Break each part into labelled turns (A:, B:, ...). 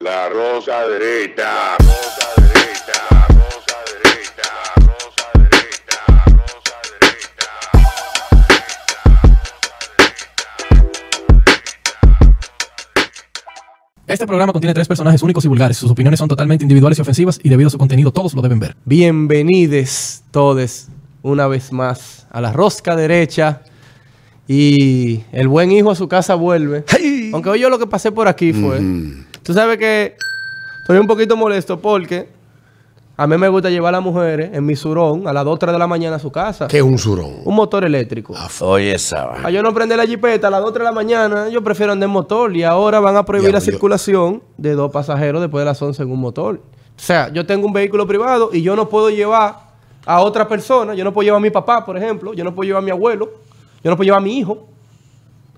A: rosa, rosa derecha, rosa derecha, rosa derecha, rosa derecha, rosa derecha,
B: Este programa contiene tres personajes únicos y vulgares. Sus opiniones son totalmente individuales y ofensivas y debido a su contenido todos lo deben ver.
C: Bienvenides todos una vez más a la rosca derecha. Y el buen hijo a su casa vuelve. Aunque hoy yo lo que pasé por aquí fue. Tú sabes que estoy un poquito molesto porque a mí me gusta llevar a las mujeres en mi surón a las 2 3 de la mañana a su casa.
D: ¿Qué es un surón?
C: Un motor eléctrico.
E: Oye, esa.
C: Para yo no prender la jipeta a las 2 3 de la mañana, yo prefiero andar en motor. Y ahora van a prohibir
D: Ya,
C: la
D: pues yo-
C: circulación de dos pasajeros después de las 11 en un motor. O sea, yo tengo un vehículo privado y yo no puedo llevar a otra persona. Yo no puedo llevar a mi papá, por ejemplo. Yo no puedo llevar a mi abuelo. Yo no puedo llevar a mi hijo.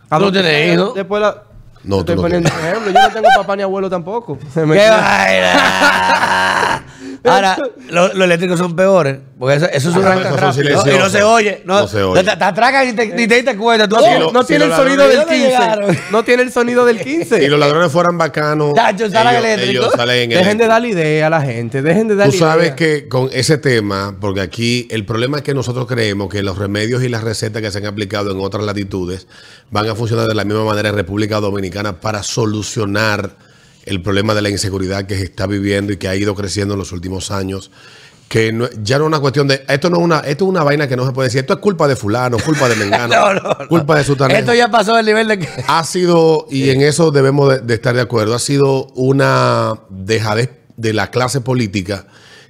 C: ¿A
E: ¿Tú
C: dónde
E: tienes
C: sea,
E: hijo?
C: Después la...
D: No,
C: Estoy
D: tú no
C: poniendo un ejemplo. Yo no tengo papá ni abuelo tampoco. Se me-
E: ¡Qué vaina! Ahora, lo- los eléctricos son peores. Porque eso, eso es un
D: Ah, esos son
E: Y no
D: silenciosos.
E: se oye. No,
D: No se oye.
E: Te, te atracan y te, ni te diste cuenta. Tú, ¡oh!
C: No,
D: Si
C: no
D: lo- si
C: tiene
D: lo
C: el sonido del
E: ladrones
C: 15.
E: llegaron.
C: No tiene el sonido del 15.
D: Si los ladrones fueran bacanos,
E: Tacho, salen
D: ellos,
E: eléctricos.
D: ellos salen en
C: Dejen de darle idea a la gente. Dejen de darle
D: Tú sabes
C: idea.
D: que con ese tema, porque aquí el problema es que nosotros creemos que los remedios y las recetas que se han aplicado en otras latitudes van a funcionar de la misma manera en República Dominicana para solucionar el problema de la inseguridad que se está viviendo y que ha ido creciendo en los últimos años. Que no- ya no es una cuestión de. Esto no es una, esto es una vaina que no se puede decir. Esto es culpa de fulano, culpa de mengano,
E: No, no, no.
D: culpa de sutano
E: Esto ya pasó el nivel de que.
D: ha sido, y en eso debemos de, de estar de acuerdo, ha sido una dejadez de la clase política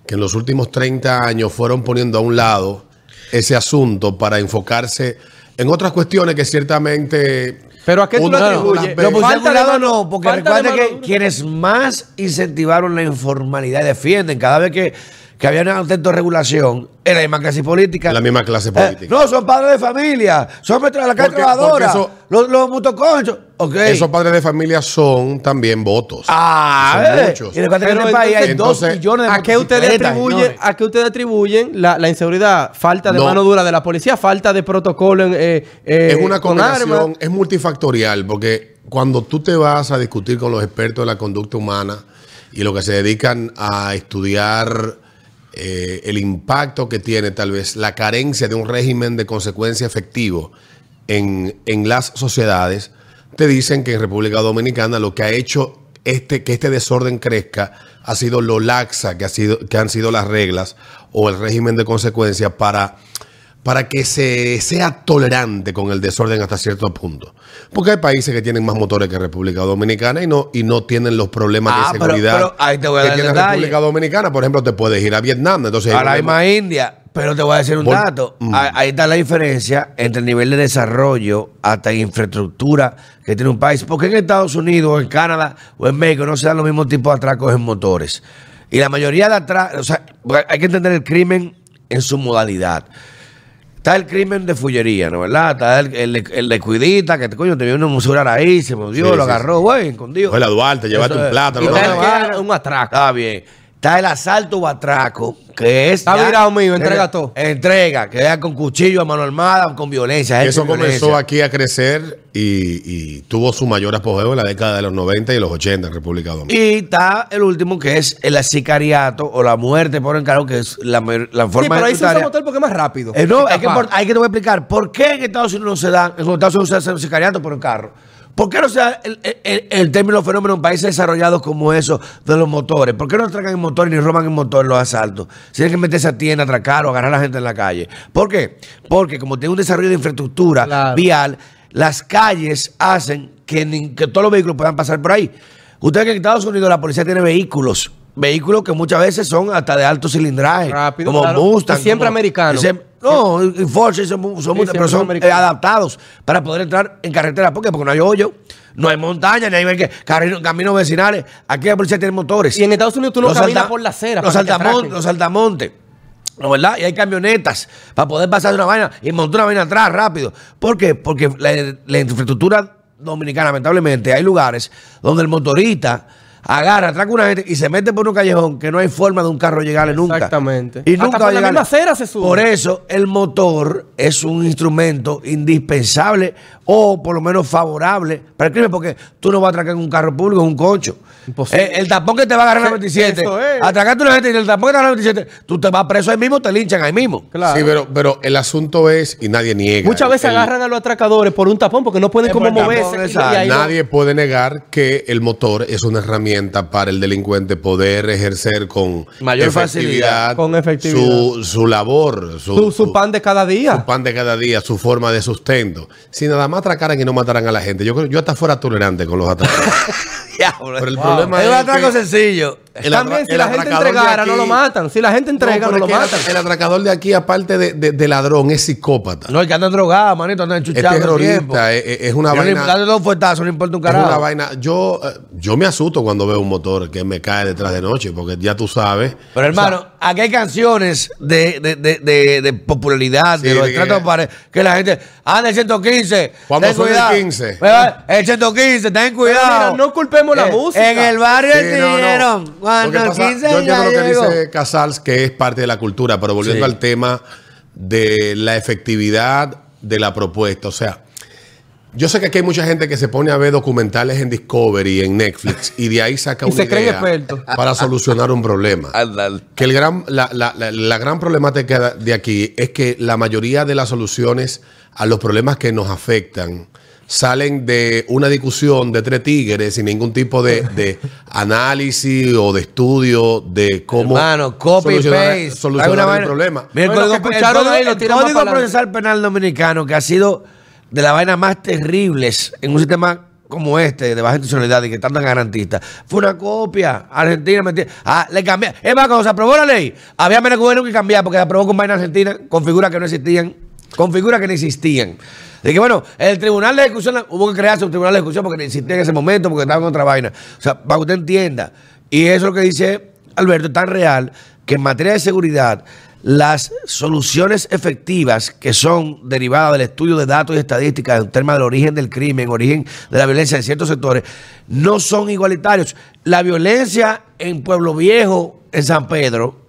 D: que en los últimos 30 años fueron poniendo a un lado ese asunto para enfocarse en otras cuestiones que ciertamente...
C: Pero ¿a qué tú
D: uno-
C: lo
D: uno
C: atribuyes?
D: las ve.
C: Lo
E: Lo pusieron
C: Falta de
E: cuidado,
C: mano-
E: no, porque
C: falta de
E: recuerda
C: mano
E: que
C: dura.
E: quienes más incentivaron la informalidad y defienden cada vez que, que había una autorregulación, era la misma clase política.
D: La misma clase
E: Eh,
D: política.
E: no, son padres de familia, son metros de la clase
D: Porque-
E: trabajadora,
D: porque eso-
E: los, los motoconchos. Ok.
D: Esos padres de familia son también votos.
E: ah,
D: son
E: eh.
D: muchos.
E: Y recuerda que en
C: Pero
E: este país hay dos
D: entonces-
E: millones de
C: ¿A qué ustedes
E: motocicletas,
C: atribuyen,
E: señores.
C: a qué ustedes atribuyen la, la inseguridad? Falta de
D: No.
C: mano dura de la policía, falta de protocolo en, eh, eh,
D: es una
C: con
D: combinación,
C: armas.
D: es multifactorial, porque cuando tú te vas a discutir con los expertos de la conducta humana y los que se dedican a estudiar eh, el impacto que tiene tal vez la carencia de un régimen de consecuencia efectivo en, en las sociedades, te dicen que en República Dominicana lo que ha hecho este, que este desorden crezca ha sido lo laxa que, ha sido, que han sido las reglas o el régimen de consecuencia para para que se sea tolerante con el desorden hasta cierto punto. Porque hay países que tienen más motores que República Dominicana y no, y no tienen los problemas
E: Ah,
D: de
E: pero-
D: seguridad
E: pero ahí te voy a
D: que
E: dar
D: tiene
E: detalle.
D: República Dominicana. Por ejemplo, te puedes ir a Vietnam. Entonces, hay
E: a la
D: problemas.
E: misma India. Pero te voy a decir un
D: Vol-
E: dato.
D: Mm.
E: Ah, Ahí está la diferencia entre el nivel de desarrollo hasta infraestructura que tiene un país. Porque en Estados Unidos, o en Canadá, o en México no se dan los mismos tipos de atracos en motores. Y la mayoría de atracos, o sea, porque hay que entender el crimen en su modalidad. Está el crimen de fullería, ¿no verdad? Está el, el, de- el de cuidita, que te coño, te vino un musurar ahí, se
D: Sí,
E: mordió, lo
D: sí,
E: agarró,
D: sí.
E: güey, escondido.
D: Fue la Duarte, llevaste
E: Eso
D: un
E: es.
D: plátano.
E: Y
D: ¿no?
E: está
C: Una
E: el
C: vaina,
E: que-
C: un atraco.
E: Está bien. Está el asalto o atraco, que es.
C: Está virado, mío, entrega todo.
E: Entrega, que es con cuchillo a mano armada, con violencia. es
D: Eso
E: con violencia.
D: comenzó aquí a crecer y, y tuvo su mayor apogeo en la década de los 90 y los 80 en República Dominicana.
E: Y está el último, que es el sicariato o la muerte por encargo, que es la, mayor- la
C: Sí,
E: forma
C: pero ahí se usa
E: estatutaria.
C: motor porque es más rápido.
E: Eh, no,
C: Y
E: hay que,
C: capaz.
E: por- hay que te voy a explicar por qué en Estados Unidos no se da, en los Estados Unidos se hace un sicariato por el carro. ¿Por qué no se da el, el- el término fenómeno en países desarrollados como esos de los motores? ¿Por qué no atracan en motor ni roban en motor los asaltos? Si tienen que meterse a tienda, atracar o agarrar a la gente en la calle. ¿Por qué? Porque como tiene un desarrollo de infraestructura
C: Claro.
E: vial, las calles hacen que, ni- que todos los vehículos puedan pasar por ahí. Ustedes que en Estados Unidos la policía tiene vehículos, vehículos que muchas veces son hasta de alto cilindraje,
C: Rápido,
E: como
C: claro.
E: Mustang.
C: Y siempre
E: como-
C: americano.
E: y siempre- no, y Force son, mu- son muchas,
C: siempre
E: pero
C: son
E: son eh,
C: americanos.
E: adaptados para poder entrar en carretera. ¿Por qué? Porque no hay hoyo, no hay montaña, ni hay que- carri- caminos vecinales. Aquí la policía tiene motores.
C: Y en Estados Unidos tú no caminas
E: alta-
C: por la acera.
E: Los,
C: para que te
E: altamon-
C: atraquen.
E: los altamontes. ¿No verdad? Y hay camionetas para poder pasar de una vaina y montar una vaina atrás rápido. ¿Por qué? Porque la, la infraestructura dominicana, lamentablemente, hay lugares donde el motorista agarra, atraca una gente y se mete por un callejón que no hay forma de un carro llegarle nunca.
C: Exactamente.
E: Y
C: Hasta
E: nunca
C: por
E: va a
C: la
E: llegarle.
C: misma acera se sube.
E: Por eso el motor es un instrumento indispensable o por lo menos favorable para el crimen porque tú no vas a atracar en un carro público, en un concho.
C: Imposible.
E: Eh, El, tapón que te va a agarrar en la
C: Que-
E: 27,
C: eso es.
E: atracaste una gente y el tapón que te agarra en la 27, tú te vas preso ahí mismo, te linchan ahí mismo.
C: Claro.
D: Sí, pero, pero el asunto es, y nadie niega.
C: Muchas veces
D: el-
C: agarran a los atracadores por un tapón porque no pueden
E: Es
C: como
E: por el tapón,
C: moverse. y- y
E: exacto.
C: ahí no-
D: Nadie puede negar que el motor es una herramienta para el delincuente poder ejercer con
E: Mayor facilidad.
C: Con efectividad.
D: Su, su labor, su,
C: su, su pan de cada día.
D: su pan de cada día, su forma de sustento. Si nada más atracaran y no mataran a la gente, yo creo- yo hasta fuera tolerante con los atracadores.
E: Diablo.
D: Pero el problema
E: es
D: es
E: un atraco
D: que-
E: sencillo.
D: El
C: También
D: atra-
C: si
D: el
C: la gente
D: atracador de
C: entregara, no
D: aquí-
C: lo matan. Si la gente entrega,
D: No,
C: no,
D: pero
C: lo
D: es que el
C: matan.
D: atra- El atracador de aquí, aparte de, de- de ladrón, es psicópata.
E: No, el que anda drogado, manito, anda
D: es
E: enchuchado.
D: terrorista, es, es- es una vaina.
E: Dale dos fuertazos, no importa un
D: Es
E: carajo.
D: una vaina. Yo, eh, yo me asusto cuando veo un motor que me cae detrás de noche, porque ya tú sabes.
E: Pero hermano, aquí hay canciones de, de, de, de, de popularidad,
D: Sí,
E: de los
D: de que-
E: estratos para que la gente. ah, Anda el 115.
D: Cuando
E: ten
D: suena el
E: cuidado.
D: 15.
E: Pero, El 115, ten cuidado.
C: mira, no culpemos la
E: Eh,
C: música.
E: En el barrio
D: Sí,
E: el
D: no, no.
E: tiraron.
D: Lo que
E: Cuando el
D: pasa,
E: 15
D: yo entiendo
E: ya
D: lo que
E: llegó.
D: dice Casals, que es parte de la cultura, pero volviendo
E: Sí.
D: al tema de la efectividad de la propuesta. O sea, yo sé que aquí hay mucha gente que se pone a ver documentales en Discovery, en Netflix, y de ahí saca
C: Y
D: una
C: se creen
D: idea
C: expertos.
D: para solucionar un problema. Que el gran, la, la- la- la gran problemática de aquí es que la mayoría de las soluciones a los problemas que nos afectan salen de una discusión de tres tigres sin ningún tipo de, de análisis o de estudio de cómo
E: Hermano, copy
D: solucionar,
E: paste.
D: solucionar
E: Hay una
D: el
E: vaina-
D: problema.
E: Mira, el
C: Bueno,
E: código,
C: que
E: el
C: escucharon
E: código-
C: ahí, lo
E: el
C: tiran más
E: Código
C: pa'lante.
E: procesal penal dominicano que ha sido de la vaina más terribles en un sistema como este de baja institucionalidad y que están tan garantistas. Fue una copia. Argentina, mentira. Ah, le cambié. Es más, cuando se aprobó la ley, había menos que hubieron que cambiar porque se aprobó con vaina argentina, con figuras que no existían, con figuras que no existían. De que bueno, el tribunal de ejecución, hubo que crearse un tribunal de ejecución porque no existía en ese momento, porque estaba en otra vaina. O sea, para que usted entienda. Y eso es lo que dice Alberto, es tan real que en materia de seguridad, las soluciones efectivas que son derivadas del estudio de datos y estadísticas en temas del origen del crimen, origen de la violencia en ciertos sectores, no son igualitarios. La violencia en Pueblo Viejo, en San Pedro,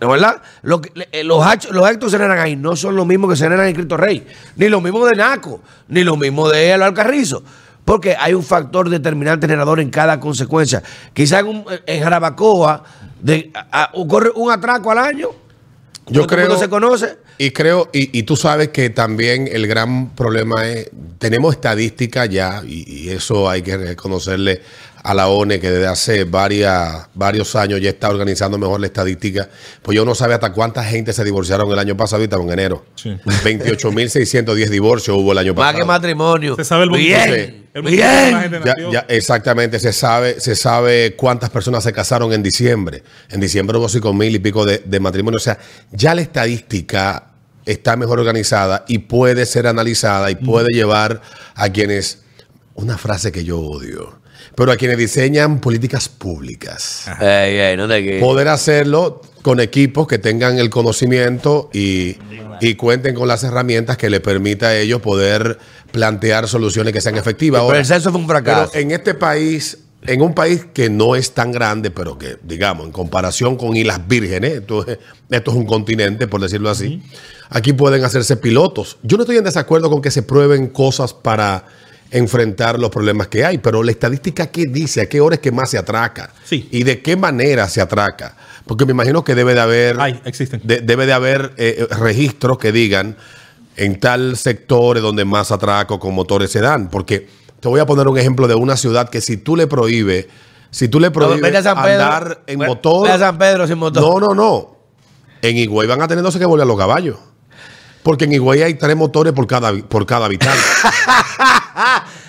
E: ¿no es verdad? Lo que- eh, los, hach- los actos que se generan ahí no son los mismos que se generan en Cristo Rey, ni los mismos de Naco, ni los mismos de El Alcarrizo. Porque hay un factor determinante generador en cada consecuencia. Quizás en, un- en Jarabacoa de, a- a- ocurre un atraco al año.
D: Yo
E: no todo el
D: creo-
E: mundo se conoce.
D: Y creo, y, y tú sabes que también el gran problema es, tenemos estadística ya, y, y eso hay que reconocerle a la ONE, que desde hace varias, varios años ya está organizando mejor la estadística, pues yo no sabe hasta cuánta gente se divorciaron el año pasado, y estamos en enero. 28.610 divorcios hubo el año
E: Más
D: pasado.
E: que matrimonio.
F: Se sabe el bonito.
E: Bien,
F: El bonito que la
E: bien.
F: gente
D: Ya-
F: nació.
D: ya, exactamente, se sabe, se sabe cuántas personas se casaron en diciembre. En diciembre hubo cinco mil y pico de, de matrimonios. O sea, ya la estadística está mejor organizada y puede ser analizada y puede llevar a quienes. Una frase que yo odio, pero a quienes diseñan políticas públicas.
E: Ey, ey, no te quites.
D: Poder hacerlo con equipos que tengan el conocimiento y, y cuenten con las herramientas que le permita a ellos poder plantear soluciones que sean efectivas.
E: Pero
D: Ahora,
E: el censo fue un
D: pero
E: fracaso.
D: en este país, en un país que no es tan grande, pero que, digamos, en comparación con Islas Vírgenes, esto, es- esto es un continente, por decirlo así, aquí pueden hacerse pilotos. Yo no estoy en desacuerdo con que se prueben cosas para enfrentar los problemas que hay, pero la estadística que dice, a qué hora es que más se atraca
F: Sí.
D: y de qué manera se atraca. Porque me imagino que debe de haber
F: Ay, existen.
D: de- debe de haber eh, eh, registros que digan en tal sector es donde más atracos con motores se dan. Porque te voy a poner un ejemplo de una ciudad que si tú le prohíbes, si tú le
E: No,
D: prohíbes andar en
E: Ve-
D: motor.
E: Vete a San Pedro sin motor.
D: No, no, no. En Higüey van a tener entonces que volver a los caballos. Porque en Higüey hay tres motores por cada, por cada habitante.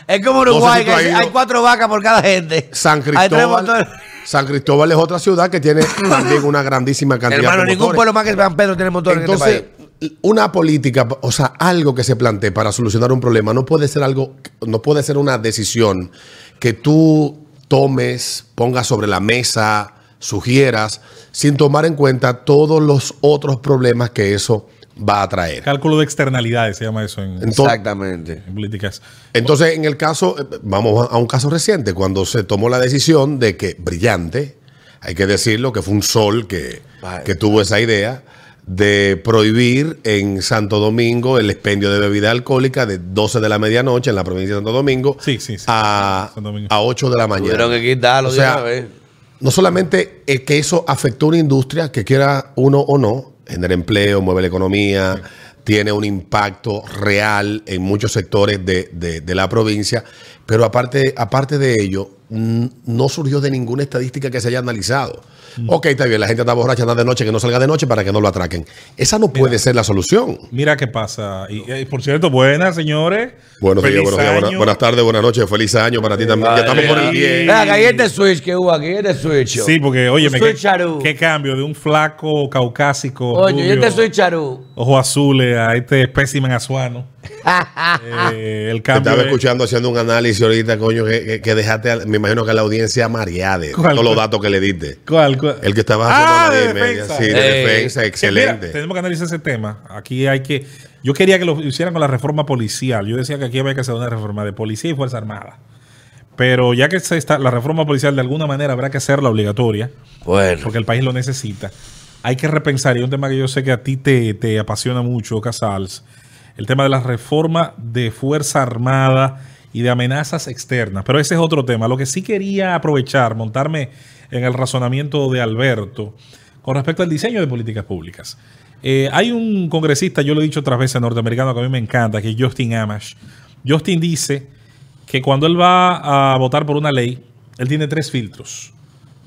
E: Es como
D: sé si
E: Uruguay,
D: tú
E: que
D: has
E: hay-
D: ido.
E: hay cuatro vacas por cada gente.
D: San
E: Hay tres
D: Cristóbal.
E: motores.
D: San Cristóbal es otra ciudad que tiene también una grandísima cantidad
E: Hermano,
D: de
E: ningún
D: motores.
E: pueblo más que San Pedro tiene motor en
D: Entonces,
E: este país.
D: una política, o sea, algo que se plantee para solucionar un problema no puede ser algo, no puede ser una decisión que tú tomes, pongas sobre la mesa, sugieras, sin tomar en cuenta todos los otros problemas que eso va a traer.
F: Cálculo de externalidades se llama eso en,
D: Entonces,
E: Exactamente.
F: en políticas.
D: Entonces, en el caso, eh, vamos a un caso reciente, cuando se tomó la decisión de que brillante, hay que decirlo, que fue un sol que,
E: Vale.
D: que tuvo esa idea de prohibir en Santo Domingo el expendio de bebida alcohólica de 12 de la medianoche en la provincia de Santo Domingo
F: Sí, sí, sí.
D: A,
F: Santo Domingo.
D: a 8 de la mañana.
E: Tuvieron que quitarlo
D: O
E: de
D: sea,
E: una vez.
D: No solamente es que eso afectó una industria, que quiera uno o no, genera empleo, mueve la economía, tiene un impacto real en muchos sectores de, de- de la provincia, pero aparte, aparte de ello, mm, no surgió de ninguna estadística que se haya analizado.
F: Mm.
D: Ok, está bien, la gente está borracha, anda de noche, que no salga de noche para que no lo atraquen. Esa no puede ser la solución.
F: Mira qué pasa. Y, y, por cierto, buenas, señores.
D: Buenos días,
F: Feliz
D: buenos días, buenas,
F: año.
D: buenas tardes, buenas noches, feliz año para ti también. Ya estamos por el
F: Ay.
D: 10.
E: Venga, acá, y este switch que hubo aquí, este switch.
F: Sí, porque, oye,
E: Un
F: qué,
E: switch charú.
F: qué cambio de un flaco caucásico.
E: Oye, yo
F: rubio,
E: te soy charú.
F: Ojos azules a este espécimen azuano. Eh, el
D: Te
F: cambio.
D: estaba
F: es-
D: escuchando haciendo un análisis ahorita, coño, que, que, que dejaste, al- me imagino que a la audiencia mareada de
F: ¿Cuál?
D: todos los datos que le diste.
F: ¿Cuál, cuál?
D: El que estabas haciendo
F: Ah,
D: a la
F: de
D: diez y media.
F: defensa.
D: Sí, de
E: Eh.
D: defensa,
F: Que mira,
D: excelente. Eh,
F: tenemos que analizar ese tema. Aquí hay que. Yo quería que lo hicieran con la reforma policial. Yo decía que aquí había que hacer una reforma de policía y Fuerza Armada. Pero ya que se está, la reforma policial de alguna manera habrá que hacerla obligatoria,
E: Bueno.
F: porque el país lo necesita, hay que repensar, y un tema que yo sé que a ti te, te apasiona mucho, Casals, el tema de la reforma de Fuerza Armada y de amenazas externas. Pero ese es otro tema. Lo que sí quería aprovechar, montarme en el razonamiento de Alberto con respecto al diseño de políticas públicas. Eh, hay un congresista, yo lo he dicho otras veces, norteamericano, que a mí me encanta, que es Justin Amash. Justin dice que cuando él va a votar por una ley, él tiene tres filtros.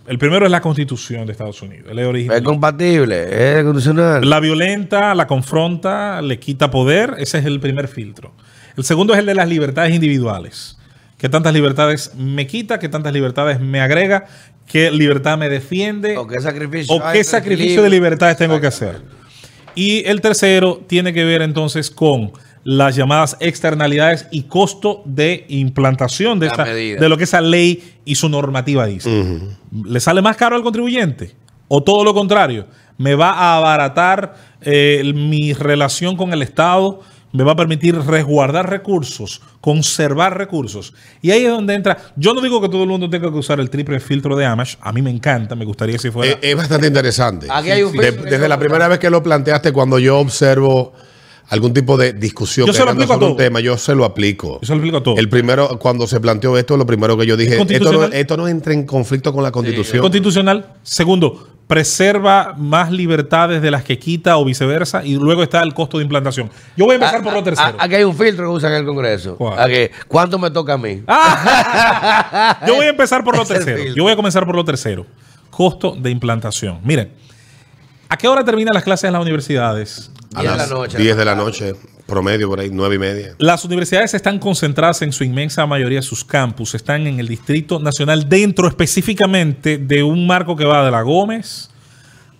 F: El primero es la constitución de Estados Unidos. Él es
E: Es
F: original.
E: compatible, es condicional.
F: La violenta, la confronta, le quita poder. Ese es el primer filtro. El segundo es el de las libertades individuales. ¿Qué tantas libertades me quita? ¿Qué tantas libertades me agrega? ¿Qué libertad me defiende?
E: ¿O qué sacrificio? Ah,
F: ¿O
E: hay
F: qué
E: entre
F: sacrificio de
E: equilibrio?
F: libertades tengo que hacer? Y el tercero tiene que ver entonces con las llamadas externalidades y costo de implantación de,
E: La
F: esa-
E: medida.
F: de lo que esa ley y su normativa dice. ¿Le sale más caro al contribuyente? ¿O todo lo contrario? ¿Me va a abaratar eh, mi relación con el Estado? ¿Me va a permitir resguardar recursos? ¿Conservar recursos? Y ahí es donde entra... Yo no digo que todo el mundo tenga que usar el triple filtro de Amash. A mí me encanta, me gustaría si fuera...
D: Eh, es bastante interesante.
E: Aquí hay un
D: De-
E: Facebook que
D: desde
E: yo-
D: la primera vez que lo planteaste, cuando yo observo algún tipo de discusión
F: Yo
D: que
F: se lo
D: hagan
F: aplico a
D: sobre un
F: todo.
D: tema, yo se lo aplico.
F: Yo se lo explico todo.
D: El primero, cuando se planteó esto, lo primero que yo dije, esto no,
F: constitucional?
D: esto no entra en conflicto con la constitución.
F: Constitucional. Segundo, preserva más libertades de las que quita o viceversa. Y luego está el costo de implantación. Yo voy a empezar
E: Ah,
F: por lo
E: ah,
F: tercero.
E: ah, Aquí hay un filtro que usan en el Congreso.
F: ¿Cuál?
E: Aquí, ¿Cuánto me toca a mí?
F: Ah, Yo voy a empezar por lo
E: Es el
F: tercero.
E: filtro.
F: Yo voy a comenzar por lo tercero. Costo de implantación. Miren, ¿a qué hora terminan las clases en las universidades?
D: A
E: Diez de
D: las
E: la noche,
D: 10 de la noche, promedio por ahí, 9 y media.
F: Las universidades están concentradas en su inmensa mayoría, sus campus están en el Distrito Nacional, dentro específicamente de un marco que va de la Gómez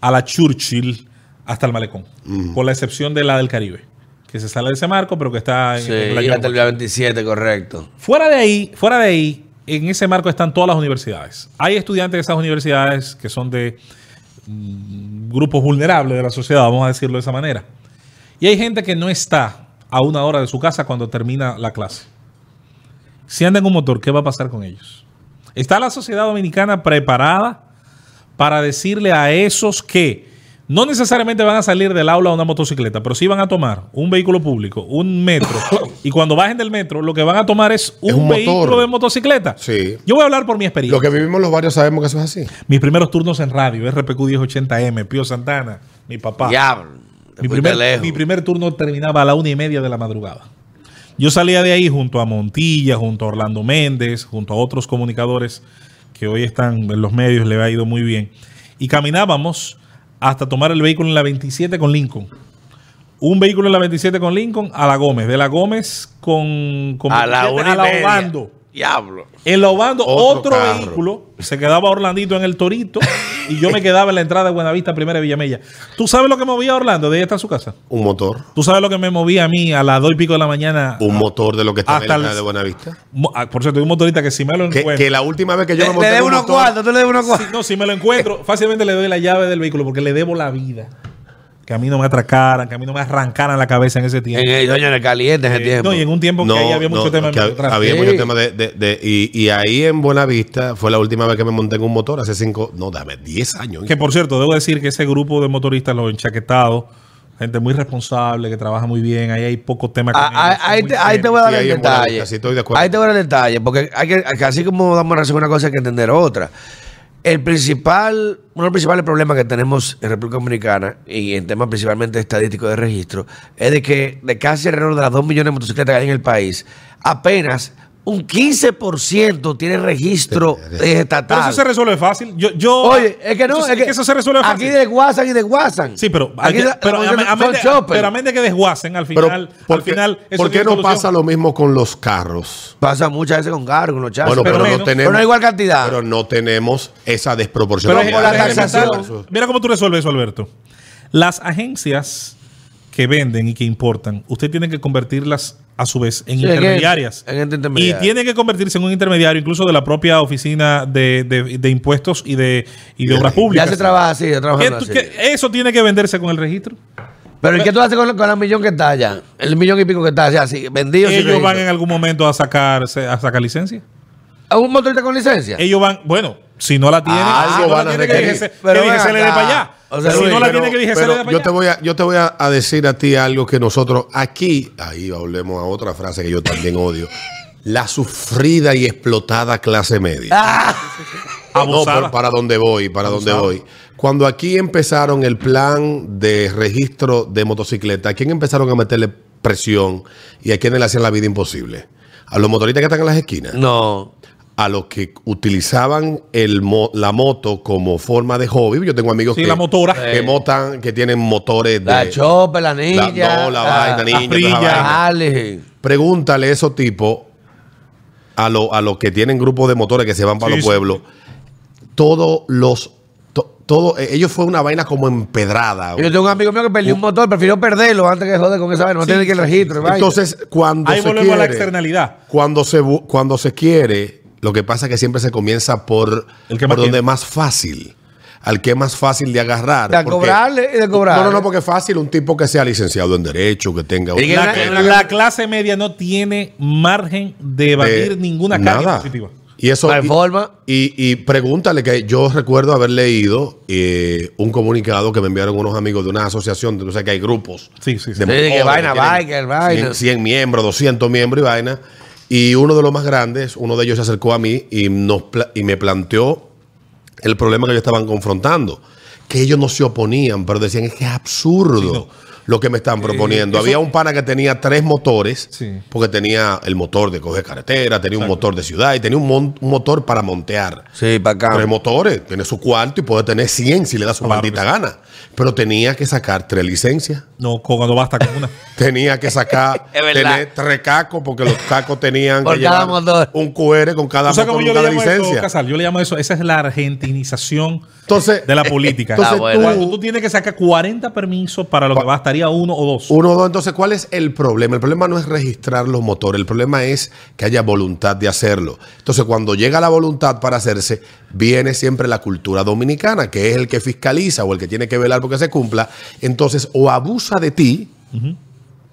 F: a la Churchill hasta el Malecón, con la excepción de la del Caribe, que se sale de ese marco, pero que está en,
E: Sí,
F: en la
E: y hasta
F: Yongo.
E: el día 27, correcto.
F: Fuera de ahí, fuera de ahí, en ese marco están todas las universidades. Hay estudiantes de esas universidades que son de mm, grupos vulnerables de la sociedad, vamos a decirlo de esa manera. Y hay gente que no está a una hora de su casa cuando termina la clase. Si andan en un motor, ¿qué va a pasar con ellos? ¿Está la sociedad dominicana preparada para decirle a esos que no necesariamente van a salir del aula a una motocicleta, pero sí van a tomar un vehículo público, un metro, y cuando bajen del metro, lo que van a tomar es un,
D: Es un motor.
F: vehículo de motocicleta?
D: Sí.
F: Yo voy a hablar por mi experiencia.
D: Lo que vivimos los varios sabemos que eso es así.
F: Mis primeros turnos en radio, RPQ 1080M, Pío Santana, mi papá.
E: Diablo. te
F: Mi
E: fuiste
F: primer,
E: lejos.
F: mi primer turno terminaba a la una y media de la madrugada. Yo salía de ahí junto a Montilla, junto a Orlando Méndez, junto a otros comunicadores que hoy están en los medios, le ha ido muy bien. Y caminábamos hasta tomar el vehículo en la 27 con Lincoln. Un vehículo en la 27 con Lincoln a la Gómez. De la Gómez con, con
E: a la
F: 27
E: una y
F: a la
E: media.
F: Obando.
E: Diablo.
F: En la Obando,
D: Otro
F: otro,
D: carro.
F: vehículo. Se quedaba Orlandito en el Torito y yo me quedaba en la entrada de Buenavista, primera de Villamella. ¿Tú sabes lo que movía Orlando de ahí hasta su casa?
D: Un motor.
F: ¿Tú sabes lo que me movía a mí a las dos y pico de la mañana?
D: Un motor de lo que está en
F: Hasta
D: la entrada
F: el-
D: de Buenavista.
F: Mo- ah, Por cierto, hay un motorista que si me lo
D: Que,
F: encuentro.
D: que la última vez que yo
E: Eh, Te
D: me
E: le
D: monté en
E: debo
D: un
E: unos
D: motor-
E: cuartos, tú le debes unos
F: si-
E: cuartos.
F: no, si me lo encuentro, fácilmente le doy la llave del vehículo porque le debo la vida. que a mí no me atracaran, que a mí no me arrancaran la cabeza en ese tiempo.
E: En el doño en el caliente en ese
F: Eh,
E: tiempo.
F: No, y en un tiempo que ahí había mucho tema
D: que
F: de
D: hab-
F: maltrato.
D: había
E: Sí.
D: mucho tema de, de- de- y, y ahí en Buenavista fue la última vez que me monté en un motor hace cinco, no, dame 10 años.
F: Que por cierto, debo decir que ese grupo de motoristas, los enchaquetados, gente muy responsable, que trabaja muy bien, ahí hay pocos temas.
E: Ah, ah, ahí, te, ahí te voy a dar
D: Sí, ahí
E: el
D: en buena
E: detalle.
D: vista, sí, estoy de acuerdo.
E: Ahí te voy a dar el detalle, porque hay que, hay que- así como damos razón a una cosa, hay que entender otra. El principal, uno de los principales problemas que tenemos en República Dominicana, y en temas principalmente estadísticos de registro, es de que de casi alrededor de las 2 millones de motocicletas que hay en el país, apenas un 15% tiene registro eh,
F: Pero eso
E: estatal.
F: se resuelve fácil. Yo, yo,
E: Oye, es que no,
F: eso,
E: es que,
F: eso se resuelve
E: Aquí
F: fácil.
E: de WhatsApp y de WhatsApp.
F: Sí, pero, hay
E: aquí
F: que-
E: la-
F: pero
E: la-
F: a, men- a men-
E: son shoppers.
F: pero a men de que desguacen al
D: Pero,
F: final.
D: ¿por
F: al
D: qué,
F: final, eso
D: por qué
F: tiene
D: no
F: solución.
D: pasa lo mismo con los carros?
E: Pasa muchas veces con cargo, con los chazos.
D: bueno,
F: pero
D: pero,
F: menos.
D: no tenemos.
E: Pero no igual cantidad.
D: Pero no tenemos esa desproporción.
F: Pero
E: por la
F: es- es
E: taxación.
F: elemental. Mira cómo tú resuelves eso, Alberto. Las agencias que venden y que importan, usted tiene que convertirlas a su vez en
E: Sí, en este,
F: intermediarias.
E: en ente intermediaria.
F: Y tiene que convertirse en un intermediario incluso de la propia oficina de, de- de impuestos y de, y de obras
E: ya
F: públicas.
E: se trabaja así, ya
F: ¿Qué
E: trabajando
F: tú-
E: así.
F: qué- eso tiene que venderse con el registro.
E: Pero ¿y qué tú haces con, con la millón que está allá? El millón y pico que está allá, así, vendido. sin
F: Ellos van en
E: registro.
F: algún momento a sacarse, a sacar licencia.
E: ¿A un motorista con licencia?
F: Ellos van, bueno, si no la tienen,
D: Ah,
F: si
D: algo
F: no la
D: van a
F: tiene, que
D: requerir.
F: DGC que
E: Pero ven
F: DGC le dé
E: acá.
F: para allá.
E: O sea,
F: si
E: Luis,
F: no la
E: pero-
F: tiene que DGC le dé
D: Pero
F: para
D: yo
F: allá.
D: te voy a yo te voy a, a decir a ti algo que nosotros aquí ahí volvemos a otra frase que yo también odio la sufrida y explotada clase media no,
F: Abusada.
D: pero para dónde voy para dónde voy cuando aquí empezaron el plan de registro de motocicleta a quién empezaron a meterle presión y a quién le hacían la vida imposible a los motoristas que están en las esquinas
E: No.
D: a los que utilizaban el mo- la moto como forma de hobby. Yo tengo amigos
F: Sí,
D: que,
F: la motora.
D: que
F: Eh.
D: motan, que tienen motores de
E: La chopa, la ninja.
D: La- no, la vaina, ninja, toda esa
F: frilla.
D: vaina.
E: Dale.
D: Pregúntale eso tipo a los a los que tienen grupos de motores que se van para
F: Sí,
D: los
F: sí.
D: pueblos. Todos los to- todo, eh, ellos fue una vaina como empedrada.
E: Yo tengo un amigo mío que perdió un motor, prefirió perderlo antes que joder con esa vaina. No tiene que el registro. vaina.
D: Entonces, cuando
F: Ahí
D: se
F: volvemos a la
D: quiere-
F: externalidad.
D: Cuando se, bu- cuando se quiere, lo que pasa es que siempre se comienza por,
F: El que más
D: por donde
F: tiene.
D: más fácil. Al que es más fácil de agarrar.
E: De
D: porque-
E: cobrarle y de cobrarle.
D: No, no, no, porque es fácil un tipo que sea licenciado en Derecho, que tenga.
E: Y que
F: La,
E: una-
F: la- la clase media no tiene margen de
D: de-
F: evadir ninguna carga
D: nada.
F: positiva.
D: Y eso.
E: No hay
D: y-
E: forma.
D: Y, y pregúntale que yo recuerdo haber leído eh, un comunicado que me enviaron unos amigos de una asociación, de- o sea que hay grupos.
F: Sí, sí, sí.
D: de
E: Sí, que
D: motores
E: vaina,
D: tienen
E: biker, vaina.
D: 100, 100 miembros, 200 miembros y vaina. Y uno de los más grandes, uno de ellos se acercó a mí y, nos pla- y me planteó el problema que ellos estaban confrontando. Que ellos no se oponían, pero decían, es que es absurdo lo que me
E: Eh,
D: están proponiendo. Había un pana que tenía tres motores,
F: Sí.
D: porque tenía el motor de coger carretera, tenía un motor de ciudad y tenía un, mon- un motor para montear.
E: Sí, para acá.
D: Tres motores, tiene su cuarto y puede tener 100 si le da su
F: Claro que
D: maldita gana. Pero tenía que sacar tres licencias.
F: No, con- no basta con una.
D: Tenía que sacar
E: Es verdad.
D: tener tres cacos porque los cacos tenían
E: Por
D: que
E: cada
D: llevar
E: motor.
D: un QR con cada
F: ¿Tú
D: motor,
F: sabes cómo
D: con
F: yo le
D: cada
F: llamo eso,
D: licencia.
F: Casal? Yo le llamo eso, esa es la argentinización
D: entonces,
F: de la política.
D: entonces
E: Ah, bueno.
F: Cuando
D: tú-
F: tú tienes que sacar 40 permisos para lo que bastaría uno o dos.
D: uno, dos, entonces, ¿cuál es el problema? El problema no es registrar los motores, el problema es que haya voluntad de hacerlo. Entonces, cuando llega la voluntad para hacerse, viene siempre la cultura dominicana, que es el que fiscaliza o el que tiene que velar porque se cumpla. Entonces, o abusa de ti,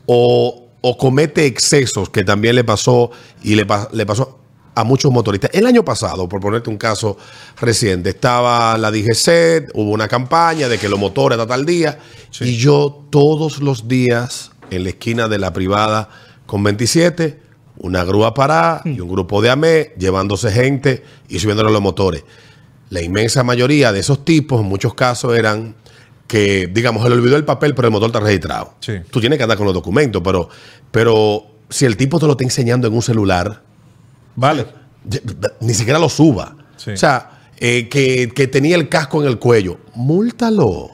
D: o, o comete excesos que también le pasó y le, pa- le pasó a muchos motoristas. El año pasado, por ponerte un caso reciente, estaba la DGC, hubo una campaña de que los motores a tal día, y yo todos los días en la esquina de la privada con 27, una grúa parada y un grupo de AME llevándose gente y subiéndole los motores. La inmensa mayoría de esos tipos, en muchos casos, eran que, digamos, se le olvidó el papel, pero el motor está registrado.
F: Sí.
D: Tú tienes que andar con los documentos, pero, pero si el tipo te lo está enseñando en un celular,
F: Vale.
D: ya- ni siquiera lo suba.
F: Sí.
D: O sea, eh, que, que tenía el casco en el cuello, múltalo. O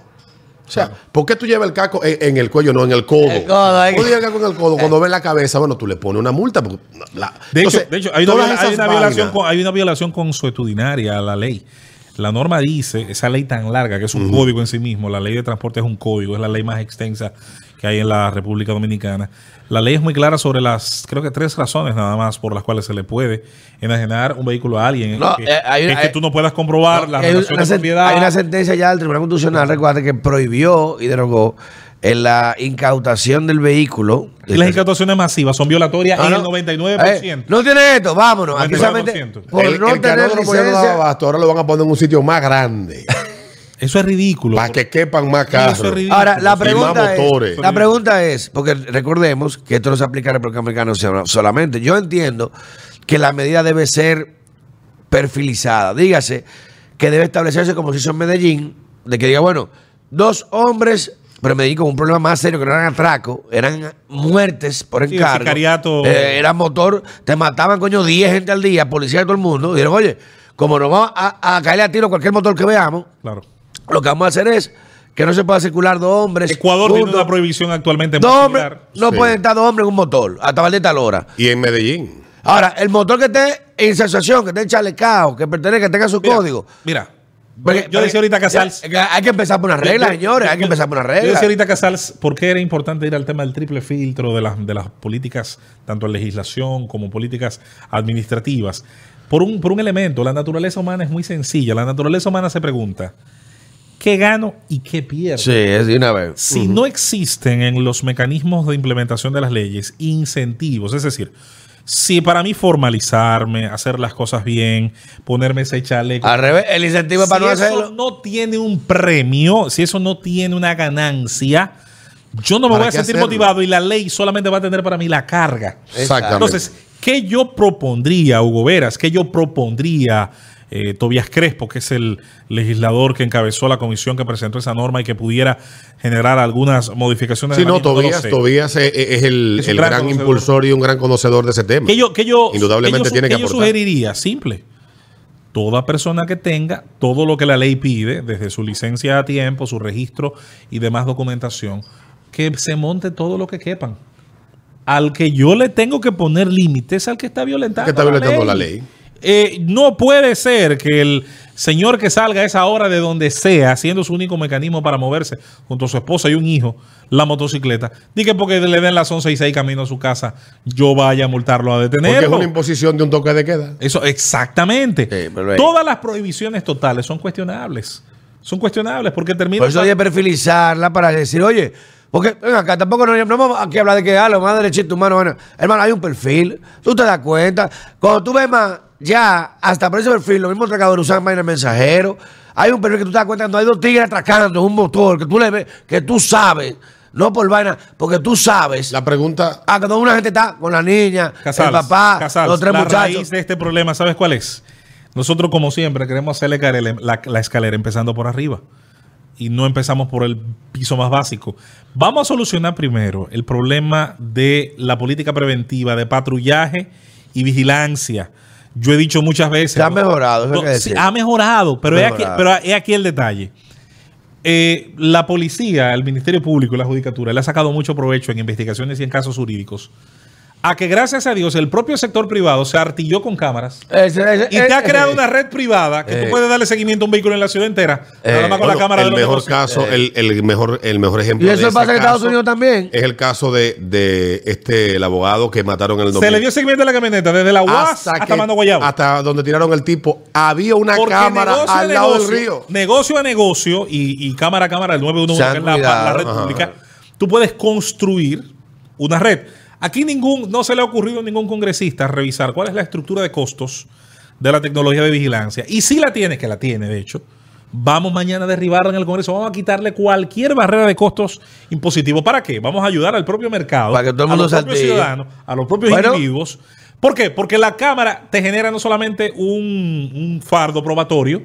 D: sea, ¿por qué tú llevas el casco en, en el cuello, no en el codo?
E: El codo, ahí.
D: Tú llevas el casco en el codo, cuando ves la cabeza, bueno, tú le pones una multa. porque la-
F: De, hecho,
D: Entonces,
F: de hecho, hay una,
D: todas
F: viola- hay
D: esas
F: una violación,
D: vainas-
F: con- hay una violación consuetudinaria a la ley. La norma dice, esa ley tan larga, que es un código en sí mismo, la ley de transporte es un código, es la ley más extensa que hay en la República Dominicana. La ley es muy clara sobre las, creo que tres razones nada más por las cuales se le puede enajenar un vehículo a alguien.
E: No,
F: que,
E: eh, hay una-
F: es que tú no puedas comprobar la
E: hay,
F: relación
E: una
F: de
E: sen-
F: propiedad.
E: hay una sentencia ya del Tribunal Constitucional, recuerda que prohibió y derogó en la incautación del vehículo.
F: y las incautaciones masivas son violatorias
E: Ah,
F: en
E: no.
F: el 99%.
E: Eh, no tiene esto, vámonos. Aquí
F: 99%.
E: solamente por
D: el,
E: no
D: el
E: tener
D: canódromo ya no daba
E: licencia.
D: abasto, ahora lo van a poner en un sitio más grande
F: Eso es ridículo.
D: para que quepan más carros.
F: Eso es ridículo.
E: Ahora, la
D: Y más
E: pregunta,
D: motores.
E: es, la pregunta es, porque recordemos que esto no se aplica a la República Americana solamente. Yo entiendo que la medida debe ser perfilizada. Dígase que debe establecerse como se hizo en Medellín, de que diga, bueno, dos hombres, pero en Medellín con un problema más serio, que no eran atraco, eran muertes por
F: Sí,
E: encargo.
F: sicariato.
E: Eh, era motor, te mataban, coño, 10 gente al día, policía de todo el mundo. Dijeron, oye, como nos vamos a, a caerle a tiro a cualquier motor que veamos,
F: Claro.
E: lo que vamos a hacer es que no se pueda circular dos hombres.
F: Ecuador tiene
E: juntos.
F: una prohibición actualmente. muy
E: Dos hombres-
F: similar.
E: no
D: Sí.
E: pueden estar dos hombres en un motor hasta tal de tal hora.
D: Y en Medellín.
E: Ahora, el motor que esté en sensación, que esté en chalecao, que pertenezca, que tenga su
F: Mira,
E: código.
F: Mira.
E: Porque-
F: yo decía ahorita Casals.
E: Ya, Hay que empezar por una regla,
F: Yo- yo-
E: señores. Hay que
F: yo-
E: empezar por una
F: Yo
E: regla.
F: decía ahorita, Casals, por qué era importante ir al tema del triple filtro de las, de las políticas, tanto en legislación como políticas administrativas. Por un, por un elemento, la naturaleza humana es muy sencilla. La naturaleza humana se pregunta, ¿qué gano y qué pierdo?
E: Sí, es de una vez.
F: Si no existen en los mecanismos de implementación de las leyes incentivos, es decir, si para mí formalizarme, hacer las cosas bien, ponerme ese chaleco,
E: Al revés, el incentivo es para no
F: si eso
E: hacerlo.
F: no tiene un premio, si eso no tiene una ganancia, yo no me
D: ¿Para
F: voy a
D: qué
F: sentir
D: hacerlo?
F: motivado y la ley solamente va a tener para mí la carga.
D: Exactamente.
F: Entonces, ¿qué yo propondría, Hugo Veras? ¿Qué yo propondría, eh, Tobias Crespo, que es el legislador que encabezó la comisión que presentó esa norma y que pudiera generar algunas modificaciones?
D: Si
F: de
D: no,
F: la misma? lo
D: Tobías,
F: sé.
D: Tobías es, es el,
F: Es un
D: el
F: gran
D: gran,
F: conocedor.
D: impulsor y un gran conocedor de ese tema.
F: Que yo, que yo,
D: Indudablemente
F: que yo-
D: tiene que
F: que yo
D: aportar.
F: sugeriría, simple. Toda persona que tenga todo lo que la ley pide, desde su licencia a tiempo, su registro y demás documentación, que se monte todo lo que quepan. Al que yo le tengo que poner límites, al que está violentando,
D: Que está violentando la ley.
F: Eh, no puede ser que el señor que salga a esa hora de donde sea, haciendo su único mecanismo para moverse junto a su esposa y un hijo, la motocicleta, diga porque le den las 11 y 6 camino a su casa, yo vaya a multarlo, a
D: Porque es
F: detenerlo.
D: una imposición de un toque de queda.
F: Eso, exactamente.
E: Sí, pero ahí-
F: Todas las prohibiciones totales son cuestionables. Son cuestionables porque termina.
E: Por eso hay que perfilizarla para decir, oye, porque ven acá tampoco no, no vamos aquí a hablar de que ah, lo más derechito humano. Bueno, hermano, hay un perfil, tú te das cuenta. Cuando tú ves más, ya, hasta por ese perfil, lo mismo atracador usan vaina el mensajero. Hay un perfil que tú te das cuenta cuando hay dos tigres atracando un motor, que tú le ves, que tú sabes, no por vaina, porque tú sabes.
D: La pregunta,
E: Ah, cuando una gente está con la niña,
F: Casals,
E: el papá,
F: Casals,
E: los tres
F: la
E: muchachos.
F: raíz de este problema, ¿sabes cuál es? Nosotros, como siempre, queremos hacerle caer el- la, la escalera empezando por arriba. Y no empezamos por el piso más básico. Vamos a solucionar primero el problema de la política preventiva, de patrullaje y vigilancia. Yo he dicho muchas veces.
E: Se ha mejorado, eso hay que
F: sí,
E: decir.
F: ha mejorado, pero, Es, aquí,
E: Mejorado.
F: pero es aquí el detalle. Eh, la policía, el Ministerio Público y la Judicatura le ha sacado mucho provecho en investigaciones y en casos jurídicos. A que gracias a Dios el propio sector privado se artilló con cámaras
E: Ese- ese-
F: y
D: Eh,
F: te ha
E: ese-
F: creado una red privada que tú puedes darle seguimiento a un vehículo en la ciudad entera, Eh, nada más con la
D: Eh, bueno,
F: cámara de
D: el
F: los
D: mejor
F: negocios.
D: caso, el, el mejor, el mejor ejemplo.
E: Eh. Y eso
D: de ese
E: pasa en Estados
D: caso
E: Unidos también.
D: Es el caso de, de este el abogado que mataron en el
F: Se le
D: 2000.
F: dio seguimiento a la camioneta desde la UAS hasta,
D: que-
F: Mano Guayabo.
D: hasta donde tiraron el tipo. Había una
F: Porque
D: cámara
F: negocio a
D: al lado
F: negocio,
D: del río.
F: Negocio a negocio y, y cámara a cámara, el 911,
E: Se han
F: que es la,
E: cuidado.
F: la red
E: Ajá.
F: pública, tú puedes construir una red. Aquí ningún, no se le ha ocurrido a ningún congresista revisar cuál es la estructura de costos de la tecnología de vigilancia. Y si la tiene, que la tiene, de hecho. Vamos mañana a derribarla en el Congreso. Vamos a quitarle cualquier barrera de costos impositivo. ¿Para qué? Vamos a ayudar al propio mercado,
E: Para que todo el mundo
F: a los propios
E: saltee.
F: ciudadanos, a los propios
E: Bueno.
F: individuos. ¿Por qué? Porque la cámara te genera no solamente un, un fardo probatorio,